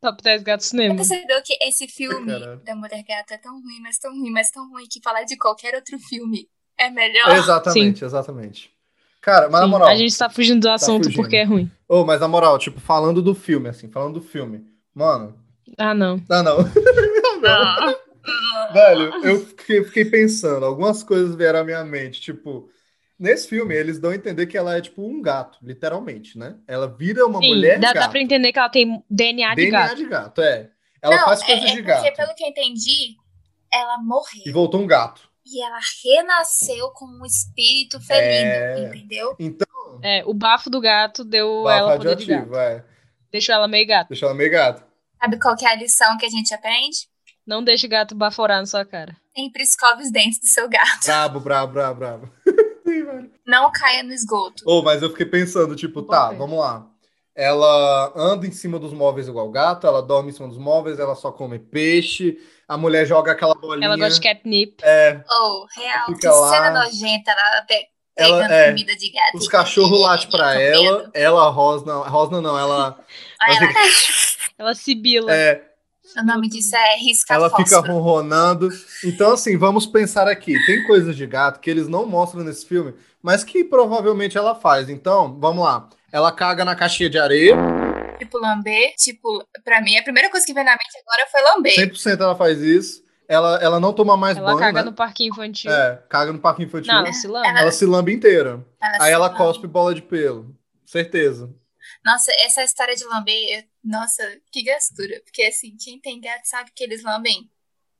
Speaker 6: Top 10 gatos
Speaker 5: É
Speaker 6: cinema.
Speaker 7: Você percebeu que esse filme
Speaker 5: Caralho.
Speaker 7: da Mulher Gata é tão ruim, mas tão ruim, mas tão ruim que falar de qualquer outro filme é melhor.
Speaker 5: Exatamente, exatamente. Cara, mas na
Speaker 6: Ah, Sim,
Speaker 5: moral.
Speaker 6: A gente tá fugindo do assunto
Speaker 5: fugindo.
Speaker 6: porque é ruim.
Speaker 5: Ô, mas na moral, tipo, falando do filme, assim, falando do filme. Mano,
Speaker 6: Ah, não.
Speaker 5: não, não. Velho, eu fiquei, fiquei pensando, algumas coisas vieram à minha mente, tipo, nesse filme eles dão a entender que ela é tipo um gato, literalmente, né? Ela vira uma
Speaker 6: Sim,
Speaker 5: mulher um
Speaker 6: dá, dá
Speaker 5: gato.
Speaker 6: pra entender que ela tem DNA de
Speaker 5: DNA
Speaker 6: gato.
Speaker 5: de gato, é. Ela
Speaker 7: Não,
Speaker 5: faz
Speaker 7: é,
Speaker 5: coisas
Speaker 7: é
Speaker 5: de
Speaker 7: porque,
Speaker 5: gato
Speaker 7: pelo que eu entendi, ela
Speaker 5: e
Speaker 7: morreu
Speaker 5: voltou um gato.
Speaker 7: e ela renasceu com um espírito felino,
Speaker 5: É.
Speaker 7: entendeu?
Speaker 5: Então,
Speaker 6: É, o bafo do gato deu
Speaker 5: bafo
Speaker 6: ela poder de
Speaker 5: radioativo,
Speaker 6: gato.
Speaker 5: é.
Speaker 6: Deixou ela meio gato.
Speaker 5: Deixou ela meio gato.
Speaker 7: Sabe qual que é a lição que a gente aprende?
Speaker 6: Não deixe gato baforar na sua cara.
Speaker 7: Sempre escove os dentes do seu gato.
Speaker 5: Brabo, brabo, brabo, brabo. Sim, velho.
Speaker 7: Não caia no esgoto.
Speaker 5: Ô, mas eu fiquei pensando, tipo, tá,
Speaker 6: Importante.
Speaker 5: vamos lá. Ela anda em cima dos móveis igual gato, ela dorme em cima dos móveis, ela só come peixe, a mulher joga aquela bolinha.
Speaker 6: Ela gosta de catnip.
Speaker 5: É,
Speaker 7: Oh, real,
Speaker 5: Fica
Speaker 7: que
Speaker 5: lá.
Speaker 7: cena nojenta ela pe-
Speaker 5: Ela-
Speaker 7: pegando
Speaker 5: é.
Speaker 7: comida de gato.
Speaker 5: os
Speaker 7: e-
Speaker 5: cachorros
Speaker 7: e-
Speaker 5: latem
Speaker 7: e-
Speaker 5: pra
Speaker 7: e-
Speaker 5: ela, ela rosna, rosna não, ela,
Speaker 7: Aí
Speaker 5: ela
Speaker 7: ela-
Speaker 6: Ela sibila.
Speaker 5: é,
Speaker 7: o nome disso é risca
Speaker 5: ela fica
Speaker 7: fósforo.
Speaker 5: ronronando. Então, assim, vamos pensar aqui, tem coisas de gato que eles não mostram nesse filme, mas que provavelmente ela faz. Então, vamos lá. Ela caga na caixinha de areia,
Speaker 7: Tipo lamber, tipo, pra mim, a primeira coisa que veio na mente agora foi lamber.
Speaker 5: 100% ela faz isso. Ela, ela não toma mais
Speaker 6: Ela
Speaker 5: banho,
Speaker 6: caga
Speaker 5: né?
Speaker 6: no parquinho infantil.
Speaker 5: É, caga no parque infantil.
Speaker 6: Não,
Speaker 5: Ela,
Speaker 6: ela se lama.
Speaker 7: Ela-
Speaker 5: se lambe inteira. Aí
Speaker 7: se
Speaker 5: ela
Speaker 7: lambe.
Speaker 5: cospe bola de pelo. Certeza.
Speaker 7: Nossa, essa história de lamber, eu- nossa, que gastura. Porque assim, quem tem gato sabe que eles lambem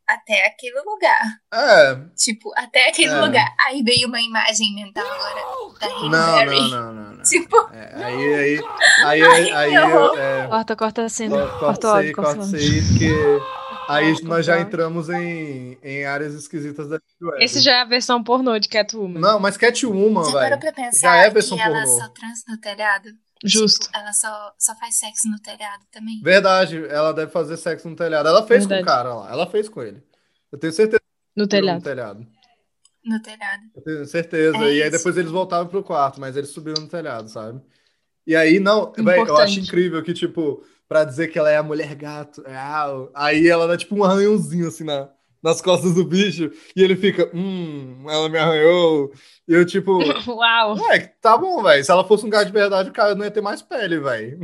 Speaker 7: até aquele lugar.
Speaker 5: É.
Speaker 7: Tipo, até aquele
Speaker 5: É.
Speaker 7: lugar. Aí veio uma imagem mental agora da Halle
Speaker 5: Não,
Speaker 7: Berry.
Speaker 5: não, não, não, não.
Speaker 7: Tipo,
Speaker 5: É, aí, aí, aí, aí, aí
Speaker 7: que horror.
Speaker 5: é,
Speaker 6: Corta, corta a cena.
Speaker 5: corta,
Speaker 6: Corta
Speaker 5: corta
Speaker 6: o
Speaker 5: isso aí,
Speaker 6: áudio,
Speaker 5: corta
Speaker 6: corta o
Speaker 5: isso
Speaker 6: áudio.
Speaker 5: aí, porque aí
Speaker 6: Corta,
Speaker 5: nós já
Speaker 6: corta.
Speaker 5: entramos em, em áreas esquisitas da web.
Speaker 6: Esse já é a versão pornô de Catwoman.
Speaker 5: Não, mas Catwoman,
Speaker 7: já parou
Speaker 5: velho.
Speaker 7: pra pensar
Speaker 5: Já é versão
Speaker 7: que ela
Speaker 5: pornô.
Speaker 7: só transa no telhado?
Speaker 6: Justo.
Speaker 7: Tipo, ela só, só faz sexo no telhado também.
Speaker 5: Verdade, ela deve fazer sexo no telhado. Ela fez com o
Speaker 6: Verdade.
Speaker 5: cara lá, ela fez com ele. Eu tenho certeza
Speaker 6: No
Speaker 5: que tirou
Speaker 6: telhado.
Speaker 5: no telhado.
Speaker 7: No telhado.
Speaker 5: Eu tenho certeza.
Speaker 7: É
Speaker 5: e aí
Speaker 7: isso.
Speaker 5: depois eles voltavam pro quarto, mas eles subiram no telhado, sabe? E aí, não,
Speaker 6: Importante.
Speaker 5: véi, eu acho incrível que, tipo, pra dizer que ela é a mulher gato, é, au, aí ela dá tipo um arranhãozinho assim na, nas costas do bicho, e ele fica, hum, ela me arranhou. E eu, tipo,
Speaker 6: Uau.
Speaker 5: ué, tá bom, velho. Se ela fosse um gato de verdade, o cara não ia ter mais pele, velho.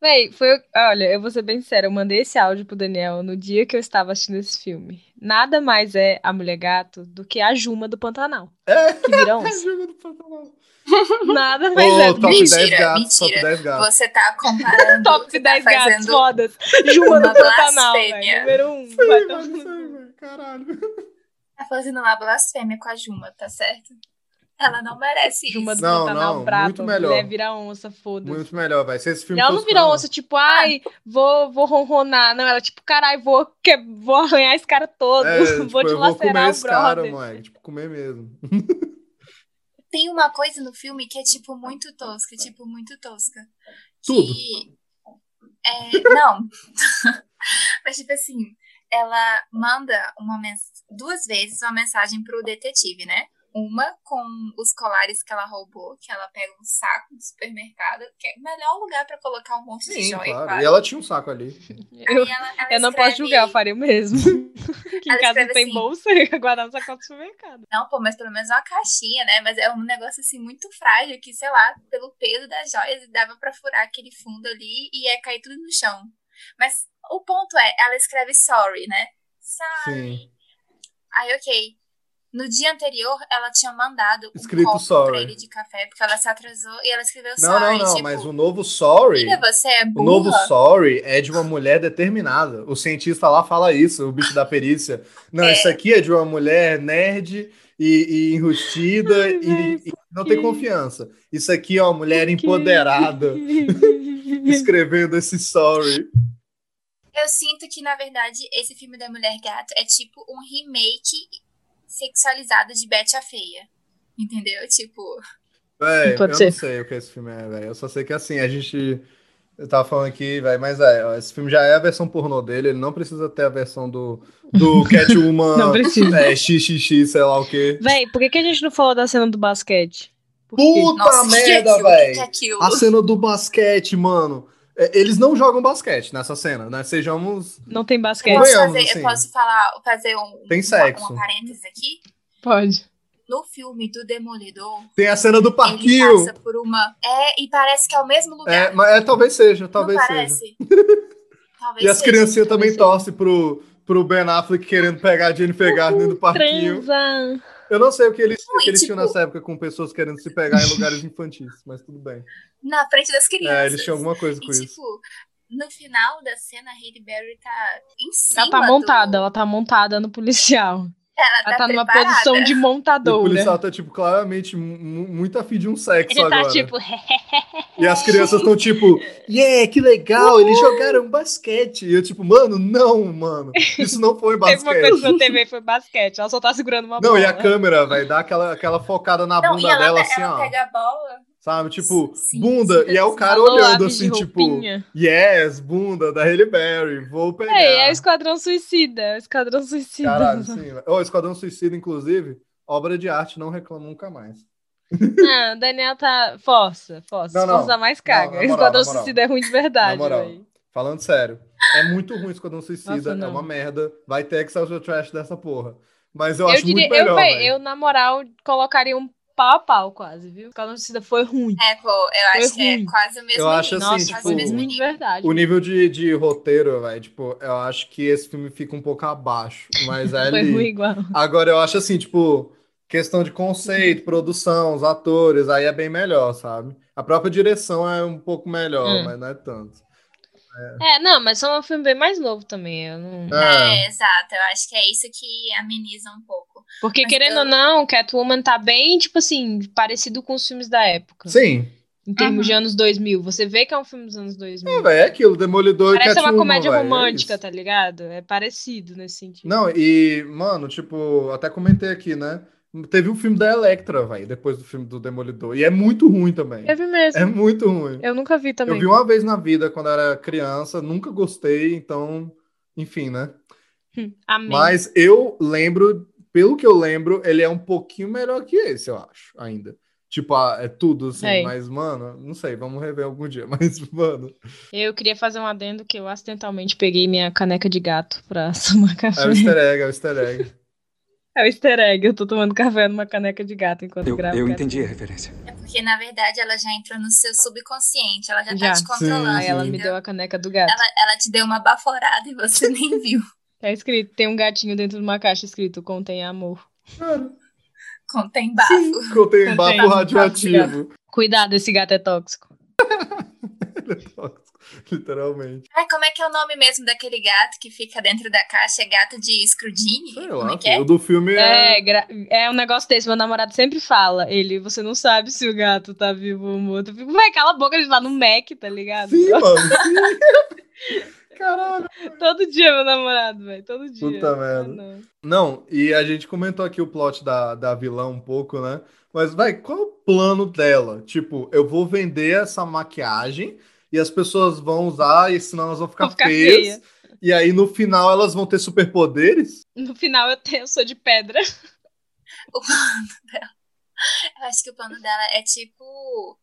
Speaker 6: Véi, foi. o- Olha, eu vou ser bem sincera, eu mandei esse áudio pro Daniel no dia que eu estava assistindo esse filme. Nada mais é a Mulher Gato do que a Juma do Pantanal.
Speaker 5: É.
Speaker 6: Que virão? Nada mais é.
Speaker 5: Ô,
Speaker 6: do
Speaker 5: top
Speaker 6: que
Speaker 7: Mentira,
Speaker 5: 10 gatos, top
Speaker 7: mentira.
Speaker 5: 10 gatos.
Speaker 7: Você tá comparando.
Speaker 6: Top
Speaker 7: você
Speaker 6: 10
Speaker 7: tá
Speaker 6: gatos
Speaker 7: fazendo
Speaker 6: fodas. Juma do
Speaker 7: uma
Speaker 6: Pantanal, velho.
Speaker 7: blasfêmia.
Speaker 6: Número um.
Speaker 5: Sim,
Speaker 6: vai
Speaker 5: mas
Speaker 6: tomar no
Speaker 5: isso aí,
Speaker 6: cu.
Speaker 5: véi, Caralho.
Speaker 7: Tá fazendo uma blasfêmia com a Juma, tá certo? Ela não merece
Speaker 6: Juma
Speaker 7: isso.
Speaker 6: do
Speaker 5: Não,
Speaker 6: Pantanal
Speaker 5: não,
Speaker 6: braba.
Speaker 5: muito melhor.
Speaker 6: Mulher vira onça, foda-se.
Speaker 5: Muito melhor, velho. Se esse
Speaker 6: E
Speaker 5: filme
Speaker 6: Ela não
Speaker 5: fosse
Speaker 6: vira
Speaker 5: pra-
Speaker 6: onça, tipo, ai, vou, vou ronronar. Não, ela, tipo, caralho, vou, que- vou arranhar esse cara todo.
Speaker 5: É, tipo,
Speaker 6: vou
Speaker 5: eu vou comer
Speaker 6: dilacerar o
Speaker 5: esse cara,
Speaker 6: brother.
Speaker 5: moleque. Tipo, comer mesmo.
Speaker 7: Tem uma coisa no filme que é, tipo, muito tosca, tipo, muito tosca.
Speaker 5: Tudo.
Speaker 7: Que. É, não. Mas, tipo assim, ela manda uma mens- duas vezes uma mensagem pro detetive, né? Uma com os colares que ela roubou, que ela pega um saco do supermercado, que é o melhor lugar pra colocar um monte de
Speaker 5: Sim,
Speaker 7: joia,
Speaker 5: claro.
Speaker 7: claro.
Speaker 5: E ela tinha um saco ali.
Speaker 7: Aí
Speaker 6: Eu-
Speaker 7: ela- ela
Speaker 6: Eu não posso
Speaker 7: escreve-
Speaker 6: julgar, eu faria o mesmo. Que em
Speaker 7: Ela
Speaker 6: casa
Speaker 7: escreve
Speaker 6: tem
Speaker 7: assim.
Speaker 6: bolsa e guardar no sacola do supermercado.
Speaker 7: Não, pô, mas pelo menos é uma caixinha, né? Mas é um negócio assim muito frágil que, sei lá, pelo peso das joias dava pra furar aquele fundo ali e ia cair tudo no chão. Mas o ponto é, ela escreve sorry, né? Sorry.
Speaker 5: Sim.
Speaker 7: Aí, ok. No dia anterior, ela tinha mandado um
Speaker 5: Escrito
Speaker 7: copo
Speaker 5: sorry.
Speaker 7: pra ele de café, porque ela se atrasou e ela escreveu
Speaker 5: Não, não,
Speaker 7: sorry.
Speaker 5: não,
Speaker 7: tipo,
Speaker 5: mas o novo Sorry.
Speaker 7: filha, você é
Speaker 5: O
Speaker 7: burra.
Speaker 5: novo Sorry é de uma mulher determinada. O cientista lá fala isso, o bicho da perícia. Não, isso aqui é de uma mulher nerd e, e enrustida e, e não tem confiança. Isso aqui é uma mulher empoderada escrevendo esse Sorry.
Speaker 7: Eu sinto que, na verdade, esse filme da Mulher Gato é tipo um remake sexualizado de Betty a Feia. Entendeu? Tipo,
Speaker 5: Véi, eu
Speaker 6: Pode ser.
Speaker 5: não sei o que esse filme é, velho. Eu só sei que assim, a gente. Eu tava falando aqui, velho, mas é, ó, esse filme já é a versão pornô dele, ele não precisa ter a versão do, do Catwoman.
Speaker 6: Não precisa.
Speaker 5: É, XXX, sei lá o quê.
Speaker 6: Véi, por que, que a gente não falou da cena do basquete? Por quê?
Speaker 5: Puta
Speaker 7: nossa, o que é
Speaker 5: merda,
Speaker 7: aquilo? O que
Speaker 5: velho.
Speaker 7: que é aquilo?
Speaker 5: A cena do basquete, mano. É, Eles não jogam basquete nessa cena, né? Sejamos.
Speaker 6: Não tem
Speaker 7: Eu
Speaker 6: basquete.
Speaker 7: posso,
Speaker 5: Convenhamos,
Speaker 7: fazer,
Speaker 5: assim.
Speaker 7: eu posso falar, fazer um,
Speaker 5: Tem
Speaker 7: uma-
Speaker 5: sexo.
Speaker 7: uma parêntese aqui?
Speaker 6: Pode.
Speaker 7: No filme do Demolidor,
Speaker 5: Tem a cena do
Speaker 7: ele
Speaker 5: parquinho.
Speaker 7: passa por uma. É, e parece que é o mesmo lugar.
Speaker 5: É, mas é, talvez seja, talvez
Speaker 7: Não
Speaker 5: seja.
Speaker 7: parece? talvez
Speaker 5: E as
Speaker 7: seja.
Speaker 5: criancinhas também
Speaker 6: talvez seja.
Speaker 5: torcem pro, pro Ben Affleck querendo pegar a Jennifer Garner do parquinho.
Speaker 6: Transa.
Speaker 5: Eu não sei o que eles, o
Speaker 7: Não, e
Speaker 5: que eles
Speaker 7: tipo-
Speaker 5: tinham nessa época com pessoas querendo se pegar em lugares infantis, mas tudo bem.
Speaker 7: Na frente das crianças.
Speaker 5: É, eles tinham alguma coisa com
Speaker 7: assim, E
Speaker 5: isso.
Speaker 7: tipo, no final da cena, a Hailey Berry tá em cima.
Speaker 6: Ela tá
Speaker 7: do-
Speaker 6: montada, ela tá montada no policial.
Speaker 7: Ela tá,
Speaker 6: Ela tá numa
Speaker 7: preparada.
Speaker 6: posição de
Speaker 5: E o
Speaker 6: montadora.
Speaker 5: policial tá, tipo, claramente mu- mu- muito afim de um sexo
Speaker 6: Ele tá
Speaker 5: agora.
Speaker 6: tipo,
Speaker 5: E as crianças estão tipo, yeah, que legal,
Speaker 7: "Uh!"
Speaker 5: eles jogaram basquete. E eu tipo, mano, não, mano, isso não foi
Speaker 6: teve uma coisa
Speaker 5: basquete.
Speaker 6: na TV foi basquete. Ela só tá segurando uma
Speaker 5: Não,
Speaker 6: bola.
Speaker 5: e a câmera, vai dar aquela, aquela focada na
Speaker 7: né? Não, e
Speaker 5: bunda
Speaker 7: ela, tá,
Speaker 5: dela,
Speaker 7: ela
Speaker 5: assim, ó.
Speaker 7: pega a bola.
Speaker 5: Sabe, tipo,
Speaker 7: Sim,
Speaker 5: bunda.
Speaker 7: sim,
Speaker 5: e é o
Speaker 7: sim.
Speaker 5: cara
Speaker 6: Alô,
Speaker 5: olhando,
Speaker 6: aves de
Speaker 5: assim, tipo,
Speaker 6: roupinha.
Speaker 5: yes, bunda da Halle Berry, vou pegar.
Speaker 6: É, é o Esquadrão Suicida. É o Esquadrão Suicida.
Speaker 5: Caralho, sim. Ô, Esquadrão Suicida, inclusive, obra de arte, não reclama nunca mais.
Speaker 6: Ah, o Daniel tá. Força, força.
Speaker 5: Não, não.
Speaker 6: Força mais caga.
Speaker 5: Não, na moral,
Speaker 6: Esquadrão
Speaker 5: na moral.
Speaker 6: Suicida é ruim de verdade,
Speaker 5: Na moral.
Speaker 6: velho.
Speaker 5: Falando sério, é muito ruim Esquadrão Suicida,
Speaker 6: Nossa,
Speaker 5: é
Speaker 6: não.
Speaker 5: uma merda. Vai ter que sair o trash dessa porra. Mas eu,
Speaker 6: Eu
Speaker 5: acho
Speaker 6: diria,
Speaker 5: muito melhor.
Speaker 6: eu, véi,
Speaker 5: velho.
Speaker 6: eu, na moral, colocaria um pau a pau quase, viu? Esquadrão Suicida foi ruim.
Speaker 7: É, pô, eu
Speaker 6: Foi
Speaker 7: acho que
Speaker 6: ruim.
Speaker 7: é quase o mesmo
Speaker 5: Eu acho assim,
Speaker 7: nível,
Speaker 6: Nossa,
Speaker 7: quase
Speaker 5: tipo,
Speaker 7: o
Speaker 6: foi
Speaker 7: mesmo
Speaker 6: ruim de
Speaker 7: nível.
Speaker 6: verdade.
Speaker 5: O nível de, de roteiro, velho, tipo, eu acho que esse filme fica um pouco abaixo, mas é
Speaker 6: Foi
Speaker 5: ali.
Speaker 6: ruim igual.
Speaker 5: Agora eu acho assim, tipo, questão de conceito, produção, os atores, aí é bem melhor, sabe? A própria direção é um pouco melhor,
Speaker 6: Hum.
Speaker 5: mas não é tanto.
Speaker 6: É, não, mas só um filme bem mais novo também. Eu não...
Speaker 5: É,
Speaker 7: É, exato. Eu acho que é isso que ameniza um pouco.
Speaker 6: Porque,
Speaker 7: Mas
Speaker 6: querendo
Speaker 7: eu-
Speaker 6: ou não, Catwoman tá bem, tipo assim, parecido com os filmes da época.
Speaker 5: Sim,
Speaker 6: Em termos
Speaker 7: Aham.
Speaker 6: de anos 2000. Você vê que é um filme dos anos 2000.
Speaker 5: é, véi, é aquilo, Demolidor e
Speaker 6: Parece uma
Speaker 5: Catwoman,
Speaker 6: comédia
Speaker 5: véi, é
Speaker 6: romântica,
Speaker 5: isso.
Speaker 6: tá ligado? É parecido nesse sentido.
Speaker 5: Não, e, mano, tipo, até comentei aqui, né? Teve um filme da Electra, velho, depois do filme do Demolidor, e é muito ruim também.
Speaker 6: Eu vi mesmo.
Speaker 5: É muito ruim.
Speaker 6: Eu nunca vi também.
Speaker 5: Eu vi uma vez na vida quando era criança, nunca gostei, então, enfim, né?
Speaker 6: Amém.
Speaker 5: Mas eu lembro, pelo que eu lembro, ele é um pouquinho melhor que esse, eu acho, ainda. Tipo, ah, é tudo assim,
Speaker 6: É.
Speaker 5: mas, mano, não sei, vamos rever algum dia. Mas, mano,
Speaker 6: Eu queria fazer um adendo que eu acidentalmente peguei minha caneca de gato pra tomar
Speaker 5: é
Speaker 6: café.
Speaker 5: o easter egg, é o easter egg.
Speaker 6: É o easter egg. Eu tô tomando café numa caneca de gato enquanto
Speaker 2: Eu,
Speaker 6: gravo.
Speaker 2: eu
Speaker 6: cara.
Speaker 2: entendi a referência.
Speaker 7: É porque, na verdade, ela já entrou no seu subconsciente. Ela já,
Speaker 6: Já.
Speaker 7: tá te controlando.
Speaker 5: Sim,
Speaker 6: Aí ela
Speaker 5: sim.
Speaker 6: me
Speaker 7: entendeu?
Speaker 6: deu a caneca do gato.
Speaker 7: Ela, ela te deu uma baforada e você nem viu.
Speaker 6: Tá escrito, tem um gatinho dentro de uma caixa escrito contém amor.
Speaker 7: Contém bafo.
Speaker 5: Contei bafo
Speaker 6: Contém.
Speaker 5: radioativo.
Speaker 6: Cuidado, esse gato é tóxico.
Speaker 5: é Tóxico, Literalmente.
Speaker 7: Ai, como é que é o nome mesmo daquele gato que fica dentro da caixa? É gato de Scrudini?
Speaker 5: Sei
Speaker 7: Como
Speaker 5: lá,
Speaker 7: é que é?
Speaker 5: o do filme é.
Speaker 6: É, gra- é um negócio desse, meu namorado sempre fala. Ele, você não sabe se o gato tá vivo ou morto. Eu fico, vai, cala a boca, a gente tá no Mac, tá ligado?
Speaker 5: Sim, mano, sim. Caralho.
Speaker 6: Todo dia, meu namorado, velho. Todo dia.
Speaker 5: Puta merda.
Speaker 6: Ah, não.
Speaker 5: Não, e a gente comentou aqui o plot da, da vilã um pouco, né? Mas, vai, qual é o plano dela? Tipo, eu vou vender essa maquiagem e as pessoas vão usar, e senão elas vão ficar
Speaker 6: Vou ficar
Speaker 5: feias.
Speaker 6: feia.
Speaker 5: E aí, no final, elas vão ter superpoderes?
Speaker 6: No final eu, tenho, eu sou de pedra.
Speaker 7: O plano dela. Eu acho que o plano dela é tipo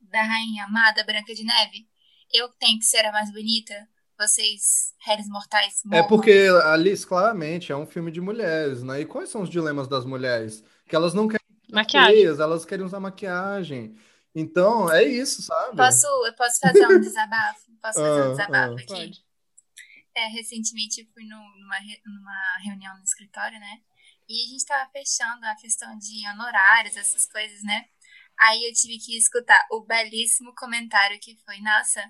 Speaker 7: da rainha amada Branca de Neve. Eu tenho que ser a mais bonita. Vocês, réis mortais,
Speaker 5: É
Speaker 7: morram.
Speaker 5: porque, Alice, claramente, é um filme de mulheres, né? E quais são os dilemas das mulheres? Que elas não querem ficar
Speaker 6: Maquiagem.
Speaker 5: feias, elas querem usar maquiagem. Então, é isso, sabe?
Speaker 7: Posso, eu posso fazer um desabafo? Posso fazer
Speaker 5: Ah,
Speaker 7: um desabafo
Speaker 5: ah.
Speaker 7: aqui? É, recentemente eu fui no- numa, re- numa reunião no escritório, né? E a gente tava fechando a questão de honorários, essas coisas, né? Aí eu tive que escutar o belíssimo comentário que foi: Nossa,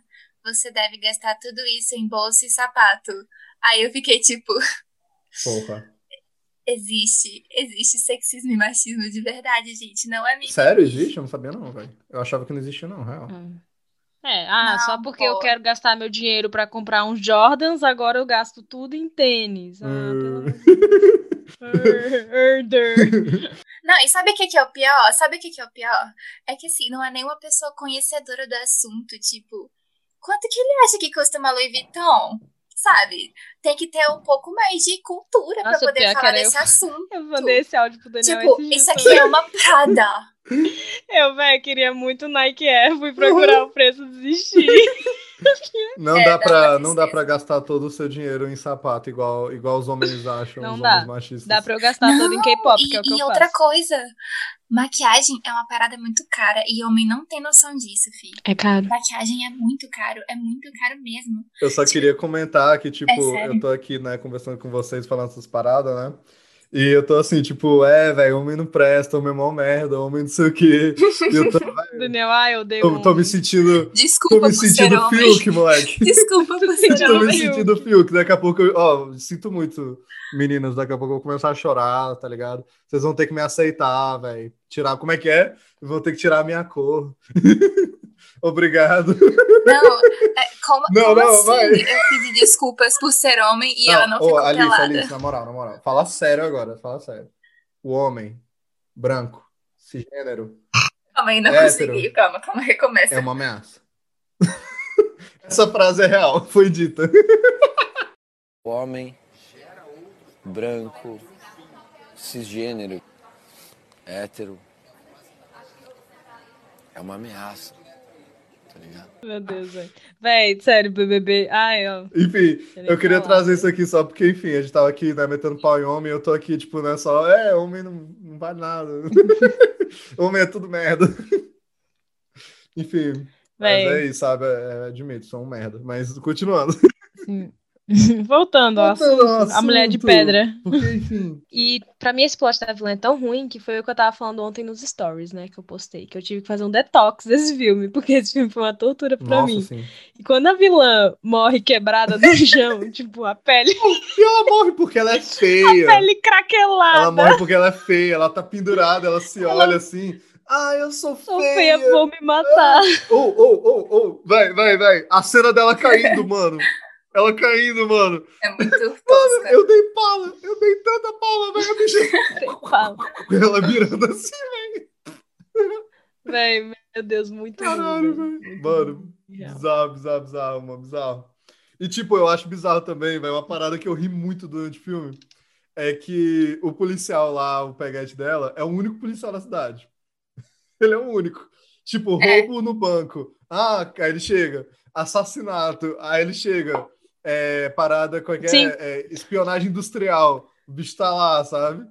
Speaker 7: você deve gastar tudo isso em bolsa e sapato. Aí eu fiquei tipo:
Speaker 5: Porra.
Speaker 7: Existe, existe sexismo e machismo de verdade, gente, não é mito.
Speaker 5: Sério, existe? Eu não sabia não, velho. Eu achava que não existia não, real.
Speaker 6: É, ah,
Speaker 7: Não,
Speaker 6: só porque eu
Speaker 7: pô.
Speaker 6: quero gastar meu dinheiro pra comprar uns Jordans, agora eu gasto tudo em tênis. Ah, pelo amor de Deus. Herder.
Speaker 7: Não, e sabe o que, que é o pior? Sabe o que, que é o pior? É que assim, não é nenhuma pessoa conhecedora do assunto, tipo, quanto que ele acha que custa uma Louis Vuitton? Sabe? Tem que ter um pouco mais de cultura pra
Speaker 6: Nossa, pior é
Speaker 7: poder
Speaker 6: que
Speaker 7: falar
Speaker 6: era eu.
Speaker 7: desse assunto.
Speaker 6: Eu mandei esse áudio pro Daniel
Speaker 7: Tipo,
Speaker 6: esses dias
Speaker 7: isso aqui
Speaker 6: também.
Speaker 7: é uma Prada.
Speaker 6: Eu, velho, queria muito Nike Air, fui procurar o preço e desisti.
Speaker 5: Não
Speaker 7: É,
Speaker 5: dá
Speaker 7: dá
Speaker 5: pra,
Speaker 7: uma
Speaker 5: não dá
Speaker 7: tristeza.
Speaker 5: pra gastar todo o seu dinheiro em sapato, igual, igual os homens acham,
Speaker 6: Não
Speaker 5: os
Speaker 6: dá.
Speaker 5: homens machistas.
Speaker 6: Dá pra eu gastar tudo em K-pop, que é o que
Speaker 7: E, e
Speaker 6: eu
Speaker 7: outra
Speaker 6: faço.
Speaker 7: coisa, maquiagem é uma parada muito cara e homem não tem noção disso, fi.
Speaker 6: É caro.
Speaker 7: Maquiagem é muito caro, é muito caro mesmo.
Speaker 5: Eu só queria comentar que, tipo,
Speaker 7: É sério?
Speaker 5: eu tô aqui, né, conversando com vocês, falando essas paradas, né? E eu tô assim, tipo, é, velho, homem não presta, homem é mó merda, homem não sei o quê. E eu tô,
Speaker 6: Daniel, ai, eu dei
Speaker 5: tô,
Speaker 6: um...
Speaker 5: tô me sentindo. Tô
Speaker 7: Desculpa
Speaker 5: me
Speaker 7: por ser
Speaker 5: sentindo
Speaker 7: homem.
Speaker 5: Fiuk, moleque.
Speaker 7: Desculpa por ser
Speaker 5: Tô me
Speaker 7: homem.
Speaker 5: sentindo Fiuk. Daqui a pouco eu. Ó, sinto muito, meninas. Daqui a pouco eu vou começar a chorar, tá ligado? Vocês vão ter que me aceitar, velho. Tirar. Como é que é? Vão ter que tirar a minha cor. Obrigado.
Speaker 7: Não, é, como,
Speaker 5: Não,
Speaker 7: como
Speaker 5: não,
Speaker 7: assim
Speaker 5: vai.
Speaker 7: eu pedi desculpas por ser homem e ela não
Speaker 5: ô,
Speaker 7: ficou
Speaker 5: Alice,
Speaker 7: pelada?
Speaker 5: Alice, na moral, na moral. Fala sério agora, fala sério. O homem branco, cisgênero,
Speaker 7: Calma aí, não
Speaker 5: É Hétero.
Speaker 7: consegui. Calma, calma, recomeça.
Speaker 5: é uma ameaça. Essa frase é real, foi dita.
Speaker 2: O homem branco, cisgênero, hétero, é uma ameaça, tá ligado?
Speaker 6: Meu Deus, velho. Véi, sério, BBB. Ai, ó.
Speaker 5: Enfim,
Speaker 6: nem
Speaker 5: eu queria
Speaker 6: falar.
Speaker 5: trazer isso aqui só porque, enfim, a gente tava aqui, né, metendo pau em homem, eu tô aqui, tipo, né, só, é, homem não, não vale nada. homem é tudo merda. Enfim, mas
Speaker 6: Véi,
Speaker 5: é isso, sabe? É, admito, sou um merda. Mas continuando.
Speaker 6: assim... Voltando, ó.
Speaker 5: Voltando ao
Speaker 6: A mulher de
Speaker 5: assunto,
Speaker 6: pedra.
Speaker 5: Porque, enfim.
Speaker 6: E pra mim esse plot da vilã é tão ruim que foi o que eu tava falando ontem nos stories, né, que eu postei, que eu tive que fazer um detox desse filme, porque esse filme foi uma tortura pra
Speaker 5: Nossa,
Speaker 6: mim.
Speaker 5: sim.
Speaker 6: E quando a vilã morre quebrada no chão, tipo, a pele,
Speaker 5: E ela morre porque ela é feia.
Speaker 6: pele craquelada,
Speaker 5: Ela morre porque ela é feia, ela tá pendurada, ela se olha assim. Ah, eu sou
Speaker 6: sou
Speaker 5: feia.
Speaker 6: feia, vou me matar.
Speaker 5: Ou, ou, ou, ou, vai, vai, vai. A cena dela caindo, mano. Ela caindo, mano.
Speaker 7: É muito tosca.
Speaker 5: Eu dei pala, eu dei tanta pala, velho. a bicha-
Speaker 6: Fala.
Speaker 5: Ela virando assim,
Speaker 6: Véi, meu Deus, muito ruim,
Speaker 5: caralho,
Speaker 6: velho.
Speaker 5: velho. Mano,
Speaker 6: Real.
Speaker 5: bizarro, bizarro, bizarro, mano, bizarro. E tipo, eu acho bizarro também, velho. Uma parada que eu ri muito durante o filme é que o policial lá, o peguete dela, é o único policial da cidade. Ele é o único. Tipo,
Speaker 7: É.
Speaker 5: roubo no banco. Ah, aí ele chega. Assassinato. Aí ele chega. É, parada qualquer.
Speaker 6: Sim.
Speaker 5: É, espionagem industrial. O bicho tá lá, sabe?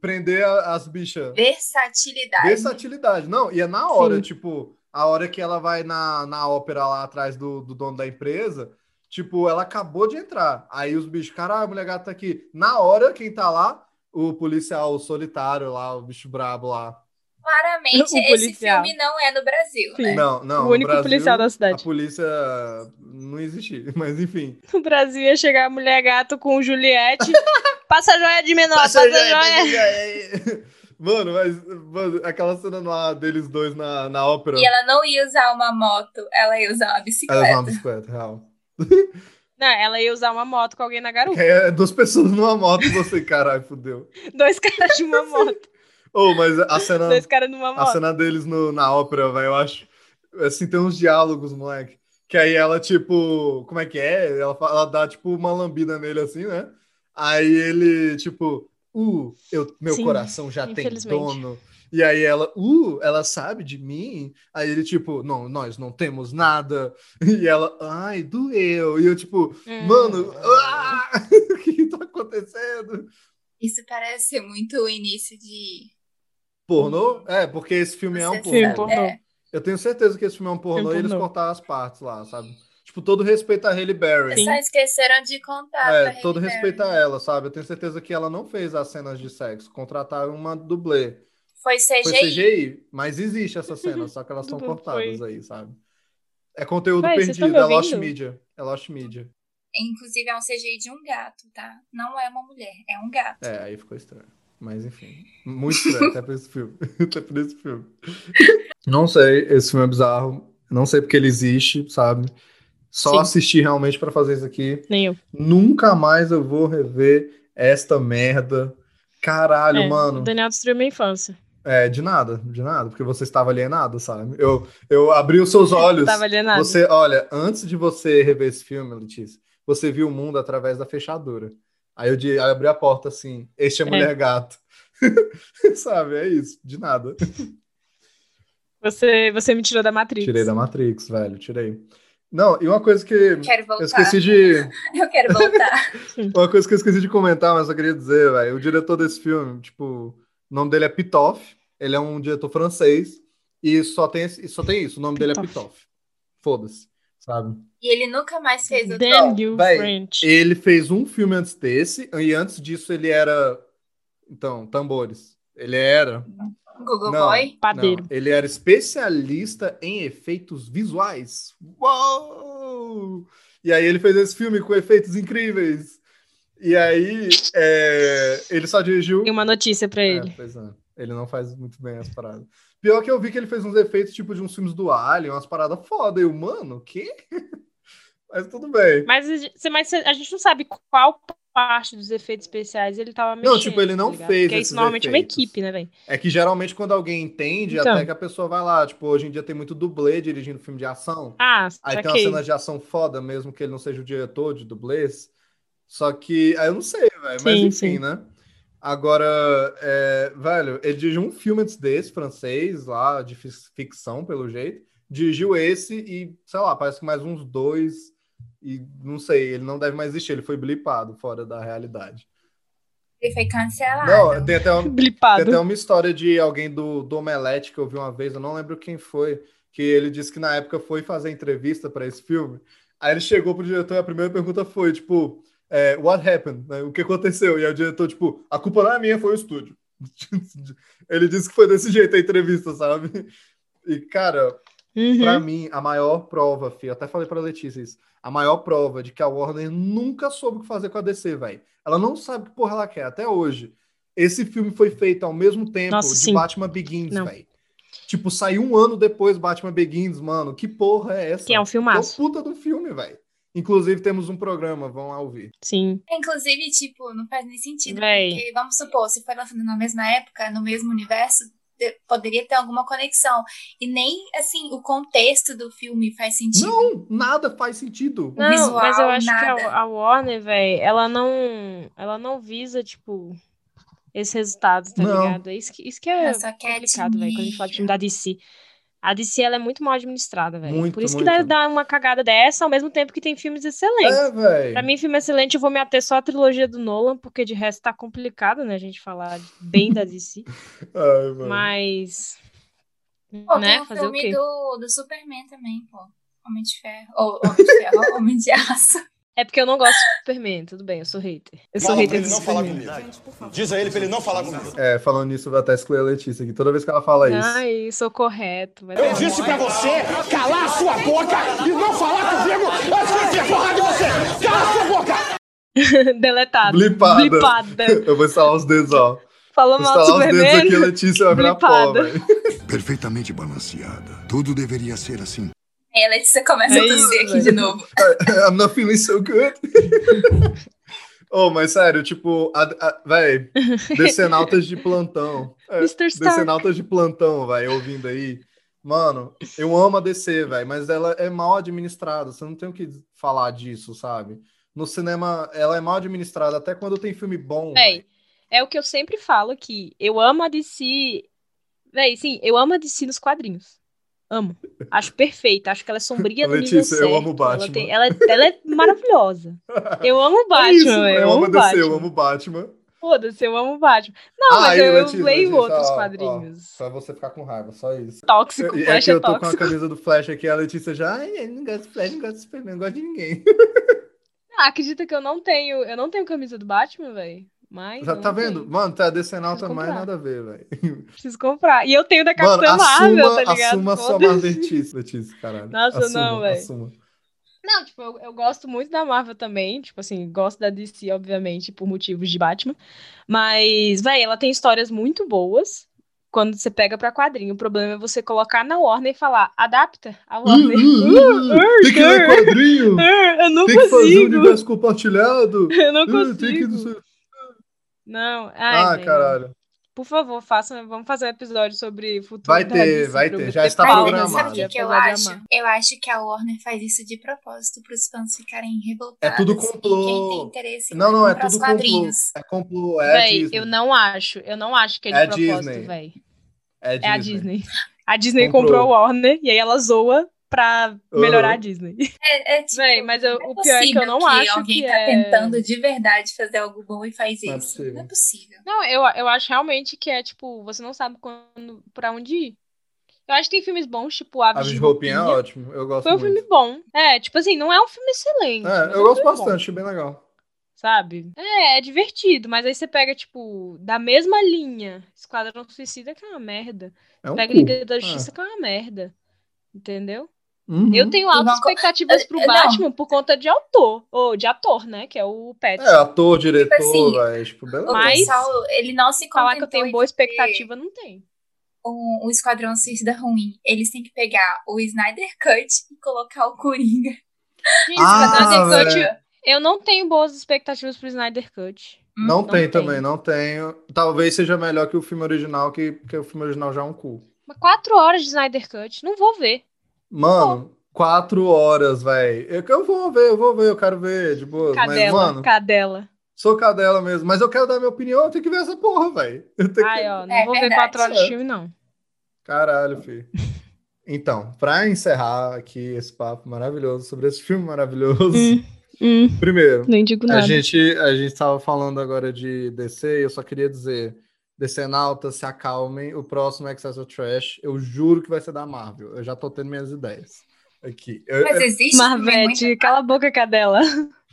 Speaker 5: Prender a- as bichas.
Speaker 7: Versatilidade.
Speaker 5: Versatilidade. Não, e é na hora,
Speaker 6: Sim.
Speaker 5: tipo, a hora que ela vai na, na ópera lá atrás do, do dono da empresa, tipo, ela acabou de entrar. Aí os bichos, caralho, a mulher gata tá aqui. Na hora, quem tá lá? O policial solitário lá, o bicho brabo lá.
Speaker 7: Claramente,
Speaker 6: O
Speaker 7: esse
Speaker 6: policial.
Speaker 7: filme não é no Brasil,
Speaker 6: Sim.
Speaker 7: né?
Speaker 5: Não, não.
Speaker 6: o
Speaker 5: no
Speaker 6: único
Speaker 5: Brasil,
Speaker 6: policial da
Speaker 5: A
Speaker 6: cidade.
Speaker 5: polícia não existia, mas enfim.
Speaker 6: No Brasil ia chegar a mulher gato com o Juliette. Passa a joia de menor, passa a joia.
Speaker 5: Mano, mas mano, aquela cena lá deles dois na, na ópera.
Speaker 7: E ela não ia usar uma moto, ela ia usar uma
Speaker 5: Ela
Speaker 7: bicicleta.
Speaker 5: é uma bicicleta, real.
Speaker 6: Não, ela ia usar uma moto com alguém na garupa.
Speaker 5: É, duas pessoas numa moto e você, caralho, fudeu.
Speaker 6: Dois caras de uma moto.
Speaker 5: Ô, mas a cena,
Speaker 6: Dois caras numa
Speaker 5: a
Speaker 6: moto.
Speaker 5: cena deles no- na ópera, velho, eu acho. Assim, tem uns diálogos, moleque. Que aí ela, tipo, como é que é? Ela, fa- ela dá, tipo, uma lambida nele, assim, né? Aí ele, tipo, uh, eu, meu
Speaker 6: Sim,
Speaker 5: coração já tem
Speaker 6: infelizmente.
Speaker 5: dono. E aí ela, uh, ela sabe de mim? Aí ele, tipo, não, nós não temos nada. E ela, ai, doeu. E eu, tipo,
Speaker 6: Hum.
Speaker 5: mano, ah, o que tá acontecendo?
Speaker 7: Isso parece muito o início de.
Speaker 5: Pornô? É, porque esse filme é um
Speaker 7: Você
Speaker 5: pornô.
Speaker 6: Sim, pornô.
Speaker 7: É.
Speaker 5: Eu tenho certeza que esse filme é um pornô
Speaker 6: Filme
Speaker 5: e eles
Speaker 6: pornô.
Speaker 5: cortaram as partes lá, sabe? Tipo, Tipo, todo respeito a Haley Berry.
Speaker 7: Só esqueceram de contar. pra
Speaker 5: É,
Speaker 7: Halle
Speaker 5: todo
Speaker 7: Berry.
Speaker 5: respeito a ela, sabe? Eu tenho certeza que ela não fez as cenas de sexo. Contrataram uma dublê.
Speaker 7: Foi CGI.
Speaker 5: Foi CGI, mas existe essa cena, só que elas estão
Speaker 6: Dublê,
Speaker 5: cortadas aí, sabe? É conteúdo
Speaker 6: Ué, vocês tão
Speaker 5: perdido,
Speaker 6: me
Speaker 5: é Lost
Speaker 6: ouvindo?
Speaker 5: Media. É Lost Media.
Speaker 7: Inclusive, é um CGI de um gato, tá? Não é uma mulher, é um gato.
Speaker 5: É, aí ficou estranho. Mas enfim, muito estranho, até por esse filme. até por esse filme. Não sei, esse filme é bizarro. Não sei porque ele existe, sabe? Só
Speaker 6: Sim.
Speaker 5: assistir realmente pra fazer isso aqui.
Speaker 6: Nem eu.
Speaker 5: Nunca mais eu vou rever esta merda. Caralho,
Speaker 6: É,
Speaker 5: mano.
Speaker 6: O Daniel destruiu minha infância.
Speaker 5: É, de nada, de nada, porque você estava alienado, sabe? Eu, eu abri os seus olhos.
Speaker 6: Tava alienado.
Speaker 5: Você, olha, antes de você rever esse filme, Letícia, você viu o mundo através da fechadura. Aí eu, di- aí eu abri a porta assim, este é mulher gato. Sabe, é isso, de nada.
Speaker 6: Você, você me tirou da Matrix.
Speaker 5: Tirei da Matrix, velho, tirei. Não, e uma coisa que eu
Speaker 7: Eu quero voltar.
Speaker 5: esqueci de.
Speaker 7: Eu quero voltar.
Speaker 5: Uma coisa que eu esqueci de comentar, mas eu queria dizer, velho. O diretor desse filme, tipo, o nome dele é Pitoff. Ele é um diretor francês. E só tem, esse- e só tem isso. O nome dele é
Speaker 6: Pitoff.
Speaker 5: Pitoff. Foda-se, sabe?
Speaker 7: e ele nunca mais fez o
Speaker 6: Damn
Speaker 7: Thor.
Speaker 6: you,
Speaker 5: Véi,
Speaker 6: French.
Speaker 5: Ele fez um filme antes desse. E antes disso ele era. Então, tambores. Ele era.
Speaker 7: Google
Speaker 5: Não.
Speaker 7: Boy.
Speaker 6: Padeiro.
Speaker 5: Não, ele era especialista em efeitos visuais. Uou! E aí ele fez esse filme com efeitos incríveis. E aí é, ele só dirigiu.
Speaker 6: Tem uma notícia pra
Speaker 5: É,
Speaker 6: ele.
Speaker 5: pois é. Ele não faz muito bem as paradas. Pior que eu vi que ele fez uns efeitos tipo de uns filmes do Alien, umas paradas foda. E eu, mano, que? Mas tudo bem.
Speaker 6: Mas, a gente- mas a gente não sabe qual parte dos efeitos especiais ele tava mexendo.
Speaker 5: Não, tipo, ele não
Speaker 6: tá ligado?
Speaker 5: fez
Speaker 6: Porque
Speaker 5: esses
Speaker 6: isso normalmente é uma
Speaker 5: efeitos.
Speaker 6: equipe, né, velho?
Speaker 5: É que geralmente quando alguém entende,
Speaker 6: Então.
Speaker 5: até que a pessoa vai lá. Tipo, hoje em dia tem muito dublê dirigindo filme de ação.
Speaker 6: Ah,
Speaker 5: Aí tem uma
Speaker 6: saquei.
Speaker 5: cena de ação foda, mesmo que ele não seja o diretor de dublês. Só que, aí eu não sei, velho. Mas
Speaker 6: Sim,
Speaker 5: enfim,
Speaker 6: sim.
Speaker 5: né? Agora, é, velho, ele dirigiu um filme antes desse, francês, lá, de fi- ficção, pelo jeito. Dirigiu esse e, sei lá, parece que mais uns dois. E não sei, ele não deve mais existir, ele foi blipado fora da realidade.
Speaker 7: Ele foi
Speaker 6: Ah,
Speaker 7: cancelado.
Speaker 5: Não, tem até, um, tem
Speaker 6: Blipado.
Speaker 5: até uma história de alguém do, do Omelete que eu vi uma vez, eu não lembro quem foi, que ele disse que na época foi fazer entrevista para esse filme. Aí ele chegou pro diretor e a primeira pergunta foi, tipo, é, what happened? né? O que aconteceu? E aí o diretor, tipo, a culpa não é minha, foi o estúdio. ele disse que foi desse jeito a entrevista, sabe? E, cara,
Speaker 6: Uhum.
Speaker 5: Pra mim, a maior prova, filho, até falei pra Letícia isso, a maior prova de que a Warner nunca soube o que fazer com a DC, velho. Ela não sabe que porra ela quer, até hoje. Esse filme foi feito ao mesmo tempo
Speaker 6: Nossa,
Speaker 5: de
Speaker 6: sim.
Speaker 5: Batman Begins,
Speaker 6: Não.
Speaker 5: velho. Tipo, saiu um ano depois Batman Begins, mano. Que porra é essa?
Speaker 6: Que é um filmaço.
Speaker 5: Que é um puta de um filme, velho. Inclusive, temos um programa, vão lá ouvir.
Speaker 6: Sim.
Speaker 7: É, Inclusive, tipo, não faz nem sentido.
Speaker 6: Véi.
Speaker 7: Porque, vamos supor, se foi lançado na mesma época, no mesmo universo, de- poderia ter alguma conexão. E nem, assim, o contexto do filme faz sentido.
Speaker 5: Não, nada faz sentido.
Speaker 6: Não,
Speaker 7: visual,
Speaker 6: mas eu acho que
Speaker 7: nada.
Speaker 6: a, a Warner, velho, ela não, ela não visa, tipo, esses resultados, tá
Speaker 5: Não.
Speaker 6: ligado? É Isso que, isso que é
Speaker 7: Ela só quer
Speaker 6: complicado, velho, quando a gente fala de filme da DC. A DC, ela é muito mal administrada, velho.
Speaker 5: Muito,
Speaker 6: Por isso que dá,
Speaker 5: muito.
Speaker 6: dá uma cagada dessa, ao mesmo tempo que tem filmes excelentes.
Speaker 5: É, velho.
Speaker 6: Pra mim, filme excelente, eu vou me ater só à trilogia do Nolan, porque de resto tá complicado, né, a gente falar bem da DC.
Speaker 5: Ai, velho.
Speaker 6: Mas,
Speaker 7: Pô,
Speaker 6: né,
Speaker 7: tem o
Speaker 6: fazer o
Speaker 7: filme
Speaker 6: quê?
Speaker 7: do, do Superman também, pô. Homem de Ferro. Ou Homem de Ferro, ó, Homem de Aço.
Speaker 6: É porque eu não gosto de Superman, tudo bem, eu sou hater. Eu sou
Speaker 8: Fala pra
Speaker 6: hater
Speaker 8: ele
Speaker 6: do
Speaker 8: não falar
Speaker 6: Superman.
Speaker 8: comigo. Diz a ele pra ele não falar comigo.
Speaker 5: É, falando nisso, eu vou até excluir a Letícia aqui. Toda vez que ela fala isso.
Speaker 6: Ai, sou correto. Mas... é
Speaker 8: Eu disse pra você calar a sua boca e não falar comigo antes que eu tenha porrada de você. Cala a sua boca!
Speaker 6: Deletado.
Speaker 5: Blipada.
Speaker 6: Blipada.
Speaker 5: Eu vou instalar os dedos, ó.
Speaker 6: Falou
Speaker 5: Vou
Speaker 6: mal do
Speaker 5: instalar os dedos aqui, a
Speaker 6: Superman.
Speaker 5: Letícia vai virar pó,
Speaker 6: Blipada.
Speaker 5: velho.
Speaker 9: Perfeitamente balanceada. Tudo deveria ser assim.
Speaker 7: Aí a Letícia começa
Speaker 6: É
Speaker 7: a tossir
Speaker 6: isso,
Speaker 7: aqui de novo.
Speaker 5: I'm not feeling so good. oh, mas sério, tipo, a, a, véi, decenautas de plantão. É,
Speaker 6: Mr. Stark.
Speaker 5: Decenautas de plantão, velho, ouvindo aí. Mano, eu amo a DC, velho, mas ela é mal administrada. Você não tem o que falar disso, sabe? No cinema, ela é mal administrada até quando tem filme bom.
Speaker 6: Véi,
Speaker 5: véi.
Speaker 6: é o que eu sempre falo aqui. Eu amo a DC. Véi, sim, eu amo a DC nos quadrinhos. Amo. Acho perfeita. Acho que ela é sombria no nível
Speaker 5: Letícia, eu
Speaker 6: certo.
Speaker 5: amo Batman.
Speaker 6: Ela, tem- ela é- ela é maravilhosa. Eu amo o
Speaker 5: É isso,
Speaker 6: Batman, véi,
Speaker 5: eu amo a DC,
Speaker 6: Batman.
Speaker 5: eu amo Batman.
Speaker 6: Foda-se, eu amo o Batman. Não,
Speaker 5: Aí,
Speaker 6: mas eu,
Speaker 5: Letícia,
Speaker 6: leio
Speaker 5: Letícia,
Speaker 6: outros
Speaker 5: ó, ó,
Speaker 6: quadrinhos.
Speaker 5: Pra você ficar com raiva, só isso.
Speaker 6: Tóxico,
Speaker 5: E é
Speaker 6: Flash
Speaker 5: que
Speaker 6: é
Speaker 5: eu tô com a
Speaker 6: tóxico.
Speaker 5: camisa do Flash aqui, a Letícia já. Ai, não gosta de Flash, não gosta de Superman, não gosta de ninguém.
Speaker 6: Ah, acredita que eu não tenho. Eu não tenho camisa do Batman, velho. Mas.
Speaker 5: Já
Speaker 6: eu
Speaker 5: tá
Speaker 6: não
Speaker 5: vendo?
Speaker 6: tenho.
Speaker 5: Mano, tá descendo alta
Speaker 6: Preciso
Speaker 5: mais
Speaker 6: comprar.
Speaker 5: nada a ver, velho.
Speaker 6: Preciso comprar. E eu tenho da
Speaker 5: Mano,
Speaker 6: Capitã Marvel,
Speaker 5: assuma,
Speaker 6: tá ligado?
Speaker 5: assuma sua
Speaker 6: Foda-se.
Speaker 5: Letícia, Letícia, caralho.
Speaker 6: Nossa,
Speaker 5: Assuma,
Speaker 6: não, velho.
Speaker 5: assuma.
Speaker 6: Não, tipo, eu, eu gosto muito da Marvel também, tipo assim, gosto da DC, obviamente, por motivos de Batman. Mas, véi, ela tem histórias muito boas quando você pega pra quadrinho. O problema é você colocar na Warner e falar, adapta
Speaker 5: Hum,
Speaker 6: a Warner.
Speaker 5: Tem que ler quadrinho!
Speaker 6: Ah, eu não
Speaker 5: hum. Tem que fazer o
Speaker 6: consigo,
Speaker 5: universo compartilhado!
Speaker 6: eu não
Speaker 5: Ah, Tem que...
Speaker 6: consigo. Não, ai,
Speaker 5: Ah,
Speaker 6: véi,
Speaker 5: caralho.
Speaker 6: Por favor, façam, vamos fazer um episódio sobre futuro
Speaker 5: Vai
Speaker 6: da
Speaker 5: ter,
Speaker 6: DC,
Speaker 5: vai
Speaker 6: pra eu
Speaker 5: ter,
Speaker 6: ter
Speaker 5: já está
Speaker 6: pauta,
Speaker 5: programado.
Speaker 6: sabe,
Speaker 7: Sabe o que, que eu
Speaker 6: apesar de
Speaker 7: acho?
Speaker 6: amar.
Speaker 7: Eu acho que a Warner faz isso de propósito para os fãs ficarem revoltados.
Speaker 5: É tudo complô.
Speaker 7: E quem tem interesse
Speaker 5: Não, não, é
Speaker 7: comprar os
Speaker 5: tudo complô.
Speaker 7: quadrinhos.
Speaker 5: É complô, é
Speaker 6: Véi,
Speaker 5: Disney.
Speaker 6: eu não acho, eu não acho que é de
Speaker 5: É
Speaker 6: propósito,
Speaker 5: Disney.
Speaker 6: véi.
Speaker 5: É
Speaker 6: É a
Speaker 5: Disney.
Speaker 6: Disney. A Disney comprou.
Speaker 5: Comprou.
Speaker 6: a Warner e aí ela zoa pra melhorar
Speaker 5: Uhum.
Speaker 6: a Disney.
Speaker 7: É, é tipo,
Speaker 6: Véi, mas eu-
Speaker 7: não
Speaker 6: o pior é que eu
Speaker 7: possível
Speaker 6: não acho
Speaker 7: alguém
Speaker 6: que
Speaker 7: tá
Speaker 6: é-
Speaker 7: tentando de verdade fazer algo bom e faz
Speaker 5: Não é
Speaker 7: isso.
Speaker 5: possível.
Speaker 7: Não é possível.
Speaker 6: Não, eu, eu acho realmente que é tipo, você não sabe quando pra onde ir. Eu acho que tem filmes bons, tipo Aves,
Speaker 5: Aves de roupinha é ótimo, eu gosto
Speaker 6: Foi um
Speaker 5: muito.
Speaker 6: filme bom. É, tipo assim, não é um filme excelente.
Speaker 5: É,
Speaker 6: mas
Speaker 5: eu
Speaker 6: é um
Speaker 5: gosto
Speaker 6: filme bom,
Speaker 5: bastante, bem legal.
Speaker 6: sabe? É, é divertido, mas aí você pega, tipo, da mesma linha, Esquadrão Suicida, que é uma merda.
Speaker 5: É um
Speaker 6: Pega
Speaker 5: cu.
Speaker 6: Liga da Justiça, que é uma merda. Entendeu?
Speaker 5: Uhum.
Speaker 6: Eu tenho
Speaker 7: não
Speaker 6: altas
Speaker 7: co-
Speaker 6: expectativas pro
Speaker 7: Não.
Speaker 6: Batman por conta de autor, ou de ator, né? Que é o Pet.
Speaker 5: É, ator, diretor,
Speaker 7: assim,
Speaker 5: velho, tipo, beleza.
Speaker 7: O
Speaker 6: Mas-
Speaker 7: pessoal, ele não se
Speaker 6: Falar que eu
Speaker 7: contentou
Speaker 6: tenho
Speaker 7: em
Speaker 6: boa
Speaker 7: ter
Speaker 6: expectativa, não tem.
Speaker 7: Um, um Esquadrão Suicida ruim. Eles têm que pegar o Snyder Cut e colocar o Coringa.
Speaker 6: Gente,
Speaker 5: Ah,
Speaker 6: Snyder Cut,
Speaker 5: velho.
Speaker 6: eu não tenho boas expectativas pro Snyder Cut.
Speaker 5: Não,
Speaker 6: Não
Speaker 5: tem,
Speaker 6: tem.
Speaker 5: também, não tenho. Talvez seja melhor que o filme original, que, que o filme original já é um cu.
Speaker 6: Mas quatro horas de Snyder Cut, não vou ver.
Speaker 5: Mano, quatro horas, velho. Eu, eu vou ver, eu vou ver, eu quero ver, de boa. Mas,
Speaker 6: Cadela,
Speaker 5: mano,
Speaker 6: cadela.
Speaker 5: sou cadela mesmo. Mas eu quero dar minha opinião, eu tenho que ver essa porra, velho. Eu tenho
Speaker 6: Ai,
Speaker 5: que...
Speaker 6: ó, não
Speaker 7: É
Speaker 6: vou ver
Speaker 7: verdade.
Speaker 6: quatro horas de filme, não.
Speaker 5: Caralho, filho. Então, pra encerrar aqui esse papo maravilhoso sobre esse filme maravilhoso,
Speaker 6: Hum.
Speaker 5: primeiro,
Speaker 6: nem digo
Speaker 5: A
Speaker 6: nada.
Speaker 5: gente, a gente tava falando agora de DC, e eu só queria dizer, DC Nauta, se acalmem, o próximo é Excess of Trash, eu juro que vai ser da Marvel, eu já tô tendo minhas ideias aqui. Eu-
Speaker 7: Mas existe também é muita-
Speaker 6: Marvete, cala a boca, cadela.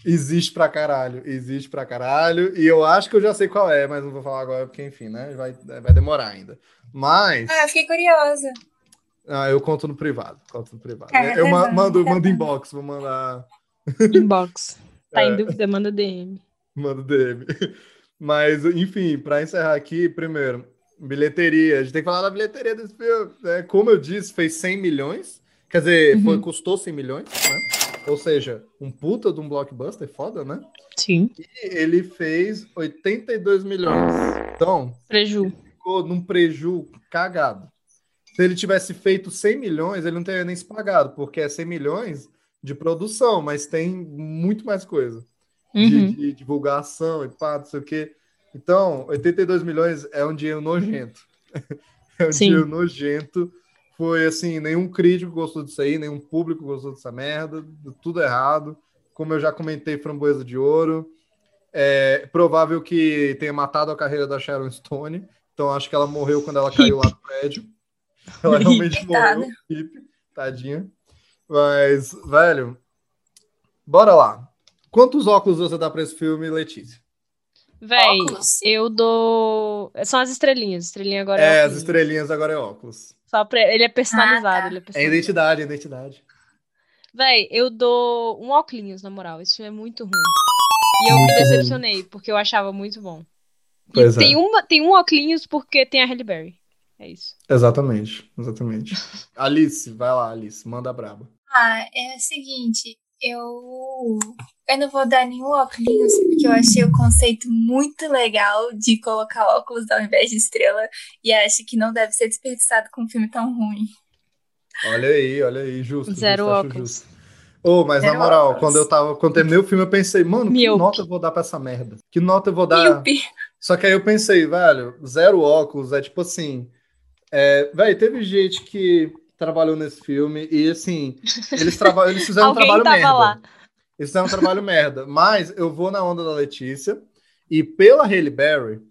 Speaker 5: existe pra caralho, existe pra caralho, e eu acho que eu já sei qual é, mas não vou falar agora, porque enfim, né, vai, vai demorar ainda. Mas,
Speaker 7: Ah, eu fiquei curiosa.
Speaker 5: ah, eu conto no privado, conto no privado.
Speaker 7: Caramba.
Speaker 5: Eu ma- mando, mando inbox, vou mandar...
Speaker 6: Inbox. Tá
Speaker 5: É.
Speaker 6: em dúvida, manda DM.
Speaker 5: Manda DM. Mas, enfim, para encerrar aqui, primeiro, bilheteria. A gente tem que falar da bilheteria desse filme. Né? Como eu disse, fez 100 milhões. Quer dizer, foi, custou 100 milhões, né? Ou seja, um puta de um blockbuster, foda, né?
Speaker 6: Sim.
Speaker 5: E ele fez 82 milhões. Então,
Speaker 6: Preju.
Speaker 5: ficou num preju cagado. Se ele tivesse feito 100 milhões, ele não teria nem se pagado, porque é 100 milhões de produção, mas tem muito mais coisa de,
Speaker 6: Uhum.
Speaker 5: de divulgação e pá, não sei o quê. Então, 82 milhões é um dinheiro nojento. é um
Speaker 6: Sim.
Speaker 5: dinheiro nojento. Foi assim, nenhum crítico gostou disso aí, nenhum público gostou dessa merda, tudo errado. Como eu já comentei, framboesa de ouro. É provável que tenha matado a carreira da Sharon Stone. Então, acho que ela morreu quando ela caiu lá do prédio. Ela realmente
Speaker 6: tá,
Speaker 7: Coitada.
Speaker 6: né?
Speaker 5: morreu. Hip, tadinha. Mas, velho, bora lá. Quantos óculos você dá pra esse filme, Letícia?
Speaker 6: Véi,
Speaker 7: Óculos.
Speaker 6: eu dou. São as estrelinhas. Estrelinha agora é.
Speaker 5: É, as
Speaker 6: óculos.
Speaker 5: estrelinhas agora é óculos.
Speaker 6: Só pra... Ele é personalizado.
Speaker 7: Ah, tá.
Speaker 6: ele é
Speaker 5: É
Speaker 6: personalizado.
Speaker 5: identidade, é identidade.
Speaker 6: Véi, eu dou um óculos, na moral. Isso é muito ruim. E eu me decepcionei, porque eu achava muito bom.
Speaker 5: Pois é.
Speaker 6: e tem, uma, tem um óculos porque tem a Halle Berry. É isso.
Speaker 5: Exatamente, exatamente. Alice, vai lá, Alice, manda braba.
Speaker 7: Ah, é o seguinte, eu. Eu não vou dar nenhum óculos, porque eu achei o conceito muito legal de colocar óculos ao invés de estrela. E acho que não deve ser desperdiçado com um filme tão ruim.
Speaker 5: Olha aí, olha aí, justo.
Speaker 6: Zero
Speaker 5: justo, acho
Speaker 6: óculos.
Speaker 5: justo. Ô, mas na
Speaker 7: Zero
Speaker 5: moral,
Speaker 7: óculos.
Speaker 5: quando eu tava, quando terminei o filme, eu pensei, mano, que
Speaker 6: Miope.
Speaker 5: nota eu vou dar pra essa merda? Que nota eu vou dar?
Speaker 7: Yupi.
Speaker 5: Só que aí eu pensei, velho, zero óculos é tipo assim. É, velho, teve gente que trabalhou nesse filme e assim, eles, traba eles fizeram um
Speaker 6: Alguém
Speaker 5: trabalho
Speaker 6: tava
Speaker 5: merda.
Speaker 6: lá.
Speaker 5: Eles fizeram um trabalho merda. Mas eu vou na onda da Letícia E pela Haley Berry,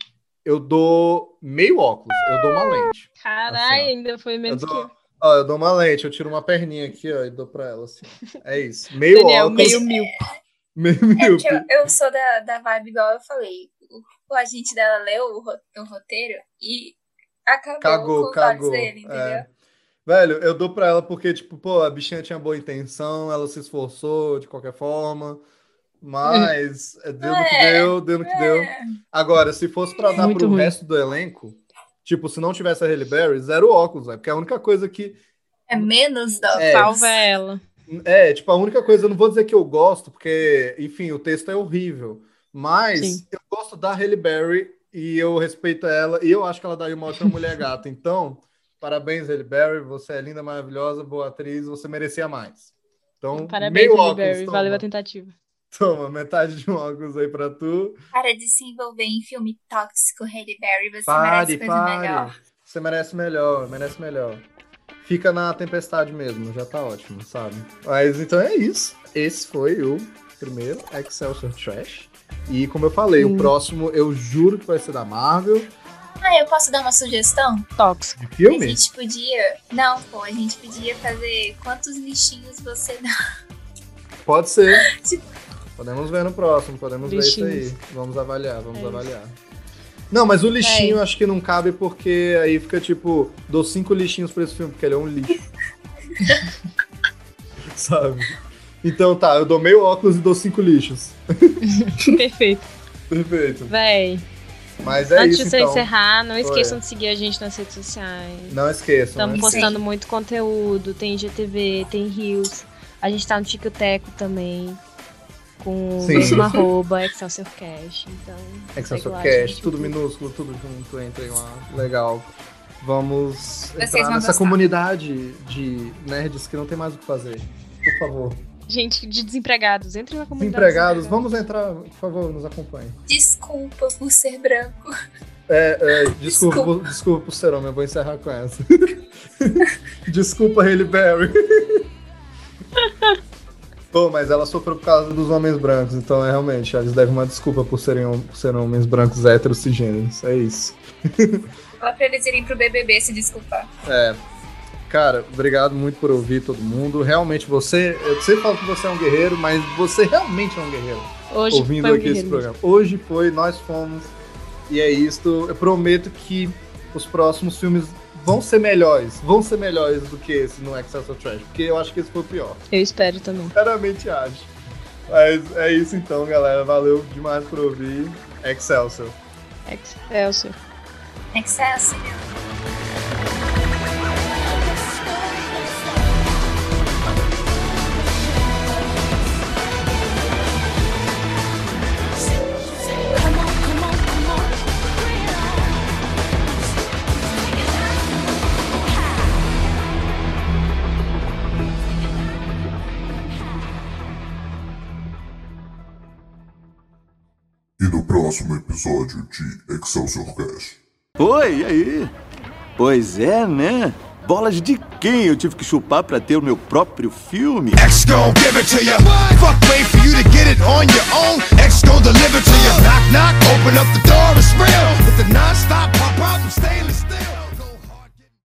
Speaker 5: eu dou meio óculos, eu dou uma lente.
Speaker 6: Caralho,
Speaker 5: Assim, ó.
Speaker 6: ainda foi
Speaker 5: Eu
Speaker 6: menos que
Speaker 5: dou,
Speaker 6: eu.
Speaker 5: ó, eu dou uma lente, eu tiro uma perninha aqui, ó, e dou pra ela, assim. É isso. Meio
Speaker 6: Daniel,
Speaker 5: óculos,
Speaker 6: meio mil.
Speaker 5: meio
Speaker 7: É
Speaker 5: míope.
Speaker 7: que eu, eu sou da, da vibe igual eu falei. O, o agente dela leu o, ro- o roteiro e acabou com
Speaker 5: Cagou,
Speaker 7: os
Speaker 5: cagou.
Speaker 7: olhos dele, entendeu?
Speaker 5: é. Velho, eu dou pra ela porque, tipo, pô, a bichinha tinha boa intenção, ela se esforçou de qualquer forma, mas é, deu no que
Speaker 7: É,
Speaker 5: deu, deu no que deu.
Speaker 7: É.
Speaker 5: Agora, se fosse pra dar
Speaker 6: Muito
Speaker 5: pro
Speaker 6: ruim.
Speaker 5: resto do elenco, tipo, se não tivesse a Halle Berry, zero óculos, velho, porque a única coisa que.
Speaker 7: É menos da
Speaker 5: É.
Speaker 6: Salva ela.
Speaker 5: É, tipo, a única coisa, eu não vou dizer que eu gosto, porque, enfim, o texto é horrível, mas
Speaker 6: Sim.
Speaker 5: eu gosto da Halle Berry e eu respeito ela e eu acho que ela daria uma ótima mulher gata. Então, parabéns, Halle Berry, você é linda, maravilhosa, boa atriz, você merecia mais. Então,
Speaker 6: Parabéns,
Speaker 5: meio
Speaker 6: Halle
Speaker 5: óculos,
Speaker 6: Berry.
Speaker 5: toma,
Speaker 6: Valeu a tentativa.
Speaker 5: toma, metade de um óculos aí pra tu.
Speaker 7: Para de se envolver em filme tóxico, Haley Berry, você
Speaker 5: Pare,
Speaker 7: merece coisa melhor.
Speaker 5: pare. Você merece melhor, merece melhor. Fica na tempestade mesmo, já tá ótimo, sabe? Mas então é isso. Esse foi o primeiro Excelsior Trash. E como eu falei, o próximo eu juro que vai ser da Marvel.
Speaker 7: Ah, eu posso dar uma sugestão?
Speaker 6: Tóxico.
Speaker 5: De
Speaker 7: A
Speaker 5: filme?
Speaker 7: gente podia. Não, pô, a gente podia fazer quantos lixinhos você dá.
Speaker 5: Pode ser. Podemos ver no próximo, podemos ver
Speaker 6: Lixinhos.
Speaker 5: isso aí. Vamos avaliar, vamos
Speaker 6: É
Speaker 5: avaliar. Não, mas o lixinho acho que não cabe porque aí fica tipo, dou cinco lixinhos pra esse filme, porque ele é um lixo. Sabe? Então tá, eu dou meio óculos e dou cinco lixos.
Speaker 6: Perfeito.
Speaker 5: Perfeito.
Speaker 6: Véi.
Speaker 5: Mas é
Speaker 6: Antes de
Speaker 5: isso
Speaker 6: você
Speaker 5: então.
Speaker 6: encerrar, não
Speaker 5: Oi.
Speaker 6: esqueçam de seguir a gente nas redes sociais.
Speaker 5: Não esqueçam.
Speaker 6: Estamos
Speaker 5: né?
Speaker 6: postando muito conteúdo, tem GTV, tem Rios. A gente tá no Ticoteco também. Com o
Speaker 5: Sim.
Speaker 6: mesmo arroba, ExcelsiorCast. Então,
Speaker 5: Excelsior
Speaker 6: segue lá,
Speaker 5: Cast,
Speaker 6: gente.
Speaker 5: tudo minúsculo, tudo junto, entrem lá. Legal. Vamos
Speaker 7: Vocês
Speaker 5: entrar
Speaker 7: vão
Speaker 5: nessa
Speaker 7: gostar.
Speaker 5: comunidade de nerds que não tem mais o que fazer. Por favor.
Speaker 6: gente de desempregados, entre na comunidade.
Speaker 5: Empregados,
Speaker 6: dos
Speaker 5: vamos né, entrar, por favor, nos acompanhe.
Speaker 7: Desculpa por ser branco.
Speaker 5: É, é, desculpa, por- desculpa por ser homem, eu vou encerrar com essa. desculpa, Haley Berry. Pô, mas ela sofreu por causa dos homens brancos, então é realmente, eles devem uma desculpa por serem, hom- por serem homens brancos héteros cisgêneros, é isso.
Speaker 7: Fala pra eles irem pro BBB se desculpar.
Speaker 5: É, cara, obrigado muito por ouvir todo mundo, realmente você, eu sempre falo que você é um guerreiro, mas você realmente é um guerreiro.
Speaker 6: Hoje
Speaker 5: ouvindo
Speaker 6: foi um
Speaker 5: aqui esse
Speaker 6: guerreiro.
Speaker 5: programa. Hoje foi, nós fomos. E é isto. Eu prometo que os próximos filmes vão ser melhores. Vão ser melhores do que esse no Excess of Trash. Porque eu acho que esse foi o pior.
Speaker 6: Eu espero também.
Speaker 5: Sinceramente acho. Mas é isso então, galera. Valeu demais por ouvir. Excelsior.
Speaker 6: Excelsior.
Speaker 7: É Excesso.
Speaker 1: E no próximo episódio de Excelsior Cash.
Speaker 10: Oi, e aí? Pois é, né? Bolas de quem eu tive que chupar pra ter o meu próprio filme?
Speaker 8: X gon' give it to you. Fuck wait for you to get it on your own. X gon' deliver to you. Knock knock, open up the door, it's real. With the non-stop pop out, I'm stainless steel.